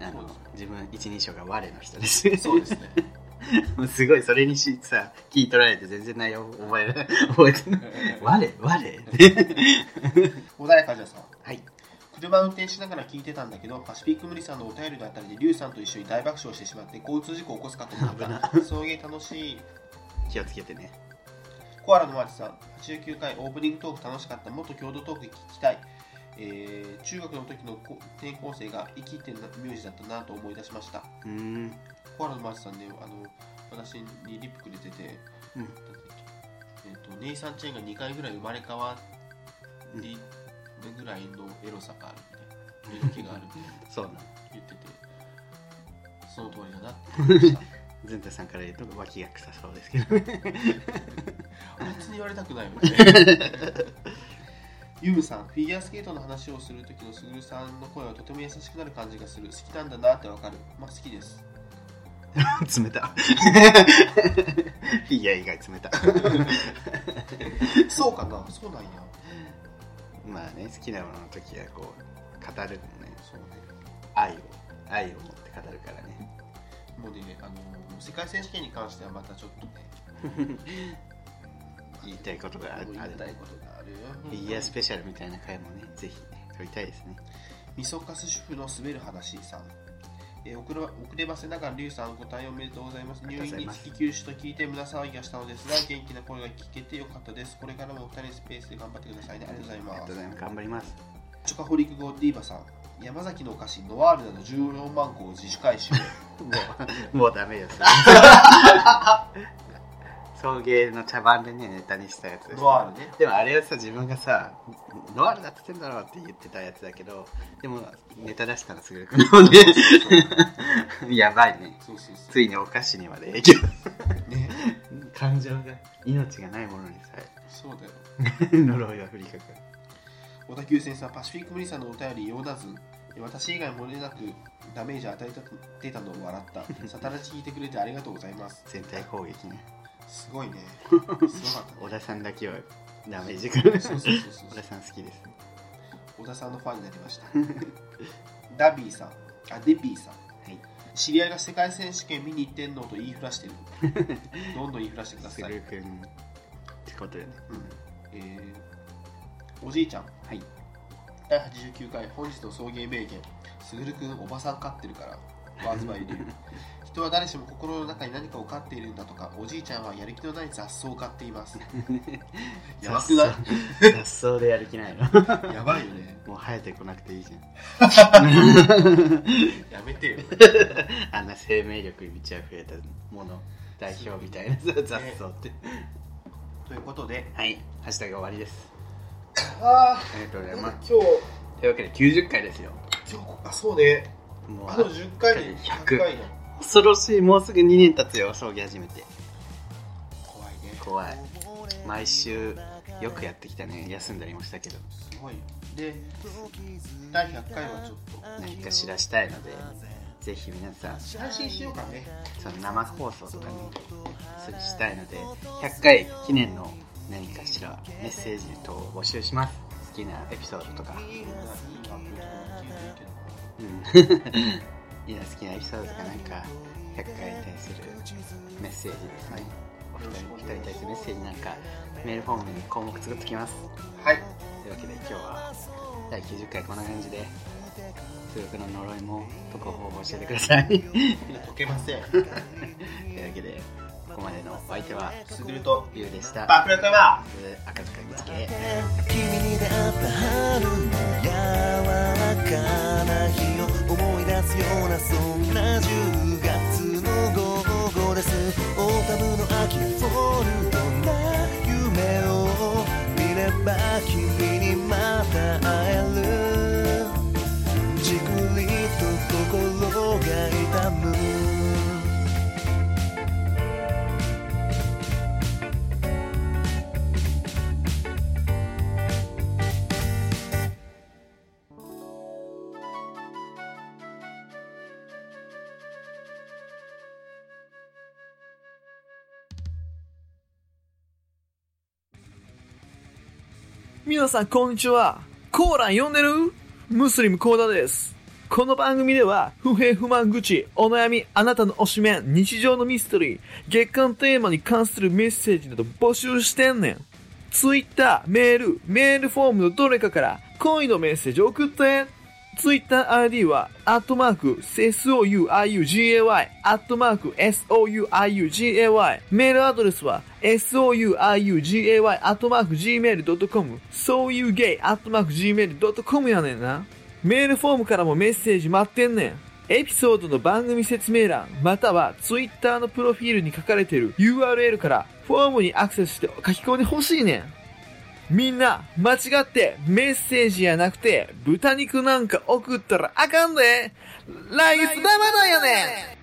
[SPEAKER 2] あの
[SPEAKER 1] そうです
[SPEAKER 2] 自分一人称が我の人です
[SPEAKER 1] そう [laughs] ですね。
[SPEAKER 2] [laughs] もうすごいそれにしさ聞い取られて全然内容覚えら [laughs] 覚えてない我我
[SPEAKER 1] 穏やかじゃさん。
[SPEAKER 2] はい
[SPEAKER 1] 車を運転しながら聞いてたんだけど、パシフィック無理さんのお便りのあたりで、リュウさんと一緒に大爆笑してしまって、交通事故を起こすかと思 [laughs] った。送迎楽しい。
[SPEAKER 2] 気をつけてね
[SPEAKER 1] コアラのマーチさん、89回オープニングトーク楽しかった、もっと郷土トーク聞きたい。えー中学の時のこ転校生が生きてる名字だったなと思い出しました。
[SPEAKER 2] うーん
[SPEAKER 1] コアラのマーチさんね、あの私にリップくれてて、
[SPEAKER 2] うん
[SPEAKER 1] なんだっけえーとネイサン・チェンが2回ぐらい生まれ変わりのぐらいのエロさがあるみたいな、色気があるみたいな
[SPEAKER 2] そうなの
[SPEAKER 1] 言ってて、その通りだなって思いました。
[SPEAKER 2] ずんたさんから言うと脇が臭そうですけ
[SPEAKER 1] [laughs]
[SPEAKER 2] どね
[SPEAKER 1] 別に言われたくないもんね [laughs] ユムさんフィギュアスケートの話をする時のすぐるさんの声はとても優しくなる感じがする好きなんだなってわかるまあ好きです
[SPEAKER 2] 冷た [laughs] いや以外冷た
[SPEAKER 1] [laughs]
[SPEAKER 2] [laughs]
[SPEAKER 1] そうかなそうなんや
[SPEAKER 2] まあね好きなものの時はこう語るのね
[SPEAKER 1] そうね
[SPEAKER 2] 愛を愛を持って語るからね
[SPEAKER 1] もうねあの世界選手権に関してはまたちょっとね
[SPEAKER 2] 言いたいことがあ
[SPEAKER 1] あ
[SPEAKER 2] る
[SPEAKER 1] の言いたいことがあるよ
[SPEAKER 2] フィギュアスペシャルみたいな回もねぜひ撮りたいですね
[SPEAKER 1] みそかす主婦の滑る話さん、えー遅れば遅ればせながらリュウさんご対応おめでとうございます
[SPEAKER 2] り
[SPEAKER 1] 入
[SPEAKER 2] がとうご
[SPEAKER 1] 院
[SPEAKER 2] ざい
[SPEAKER 1] に
[SPEAKER 2] ます
[SPEAKER 1] 月休止と聞いて胸騒ぎがしたのですが元気な声が聞けてよかったですこれからもお二人スペースで頑張ってくださいねありがとうご
[SPEAKER 2] あ
[SPEAKER 1] ざいます
[SPEAKER 2] りがとうございます頑張ります
[SPEAKER 1] チョカホリックゴディーバさん山崎のお菓子ノワールなど14万個を自主
[SPEAKER 2] [laughs]
[SPEAKER 1] 回収
[SPEAKER 2] も [laughs] う、もうダメよ、それ送迎の茶番でね、ネタにしたやつです
[SPEAKER 1] ノ。ワールね
[SPEAKER 2] でもあれはさ、自分がさ、ノワールだって言ってんだろうって言ってたやつだけど、でもネタ出したらすぐ来るのね。 [laughs] やばいね。
[SPEAKER 1] そうそうそ
[SPEAKER 2] ついにお菓子にまで影響。
[SPEAKER 1] うね
[SPEAKER 2] 感情が、命がないものにさ、
[SPEAKER 1] そうだよ
[SPEAKER 2] [laughs] 呪いが降りかかる。
[SPEAKER 1] 小田急線さんパシフィック無理さんのお便り用だず私以外もれなくダメージ与えてたのを笑ったサタラチ聞いてくれてありがとうございます
[SPEAKER 2] 全体攻撃ね。
[SPEAKER 1] すごいねすごかったね
[SPEAKER 2] 小田さんだけはダメージから。
[SPEAKER 1] そうそうそうそう
[SPEAKER 2] 小田さん好きですね。
[SPEAKER 1] 小田さんのファンになりましたダビーさんあデビーさん、
[SPEAKER 2] い
[SPEAKER 1] 知り合いが世界選手権見に行ってんのと言いふらしてるどんどん言いふらしてくだ
[SPEAKER 2] す
[SPEAKER 1] さい
[SPEAKER 2] ぐくんってことよね。
[SPEAKER 1] うんえーおじいちゃん
[SPEAKER 2] はい。
[SPEAKER 1] 第89回本日の送迎名言すぐるくんおばさん飼ってるからワーズバイ流人は誰しも心の中に何かを飼っているんだとかおじいちゃんはやる気のない雑草を飼っていますやばくない
[SPEAKER 2] 雑草雑草でやる気ないの
[SPEAKER 1] [laughs] やばいよね
[SPEAKER 2] もう生えてこなくていいじゃん
[SPEAKER 1] やめてよ
[SPEAKER 2] あんな生命力に満ち溢れたもの代表みたいなさ雑草って
[SPEAKER 1] ということで
[SPEAKER 2] はいハッシュタグ終わりです
[SPEAKER 1] あ
[SPEAKER 2] ありがとうござい
[SPEAKER 1] 今
[SPEAKER 2] ます
[SPEAKER 1] 日
[SPEAKER 2] というわけで90回ですよ
[SPEAKER 1] 今日あそうね
[SPEAKER 2] もう
[SPEAKER 1] あと10回で100回
[SPEAKER 2] 100
[SPEAKER 1] だ
[SPEAKER 2] 恐ろしいもうすぐ2年経つよ葬儀始めて
[SPEAKER 1] 怖いね
[SPEAKER 2] 怖い毎週よくやってきたね休んだりもしたけど
[SPEAKER 1] すごいよで第100回はちょっ
[SPEAKER 2] 何か知らしたいのでぜひ皆さん
[SPEAKER 1] と配信しようかね
[SPEAKER 2] その生放送とかにそれしたいので100回記念の何かしらメッセージ等を募集します好きなエピソードとか、
[SPEAKER 1] みんないいアップとか聞いてるけど
[SPEAKER 2] [laughs] うん、いや好きなエピソードとかなんか100回に対するメッセージですねお二人お二人に対するメッセージなんかメールフォームに項目作ってきます
[SPEAKER 1] [laughs] はい
[SPEAKER 2] というわけで今日は第90回こんな感じで通学の呪いも解く方法を教えてください [laughs] という
[SPEAKER 1] 解けません
[SPEAKER 2] わけでここまでのお相手は
[SPEAKER 1] すぐると
[SPEAKER 2] ゆうでした
[SPEAKER 1] バップルカバー
[SPEAKER 2] 赤塚見つけ
[SPEAKER 7] 君に出会った春の柔らかな日を思い出すようなそんな10月の午後ですオータムの秋フォルトな夢を見れば君にまた会えるじくりと心が痛む
[SPEAKER 4] 皆さんこんにちはコーラン読んでるムスリムコーダですこの番組では不平不満愚痴お悩みあなたの推しメン日常のミステリー月間テーマに関するメッセージなど募集してんねんツイッター、メール、メールフォームのどれかから恋のメッセージを送ってツイッター ID は、アットマーク、souiugay、アットマーク、souiugay。メールアドレスは、souiugay、アットマーク、gmail.com、sougay、アットマーク、gmail.com やねんな。メールフォームからもメッセージ待ってんねん。エピソードの番組説明欄、またはツイッターのプロフィールに書かれている URL から、フォームにアクセスして書き込んでほしいねん。みんな、間違ってメッセージやなくて、豚肉なんか送ったらあかんで来月生だよね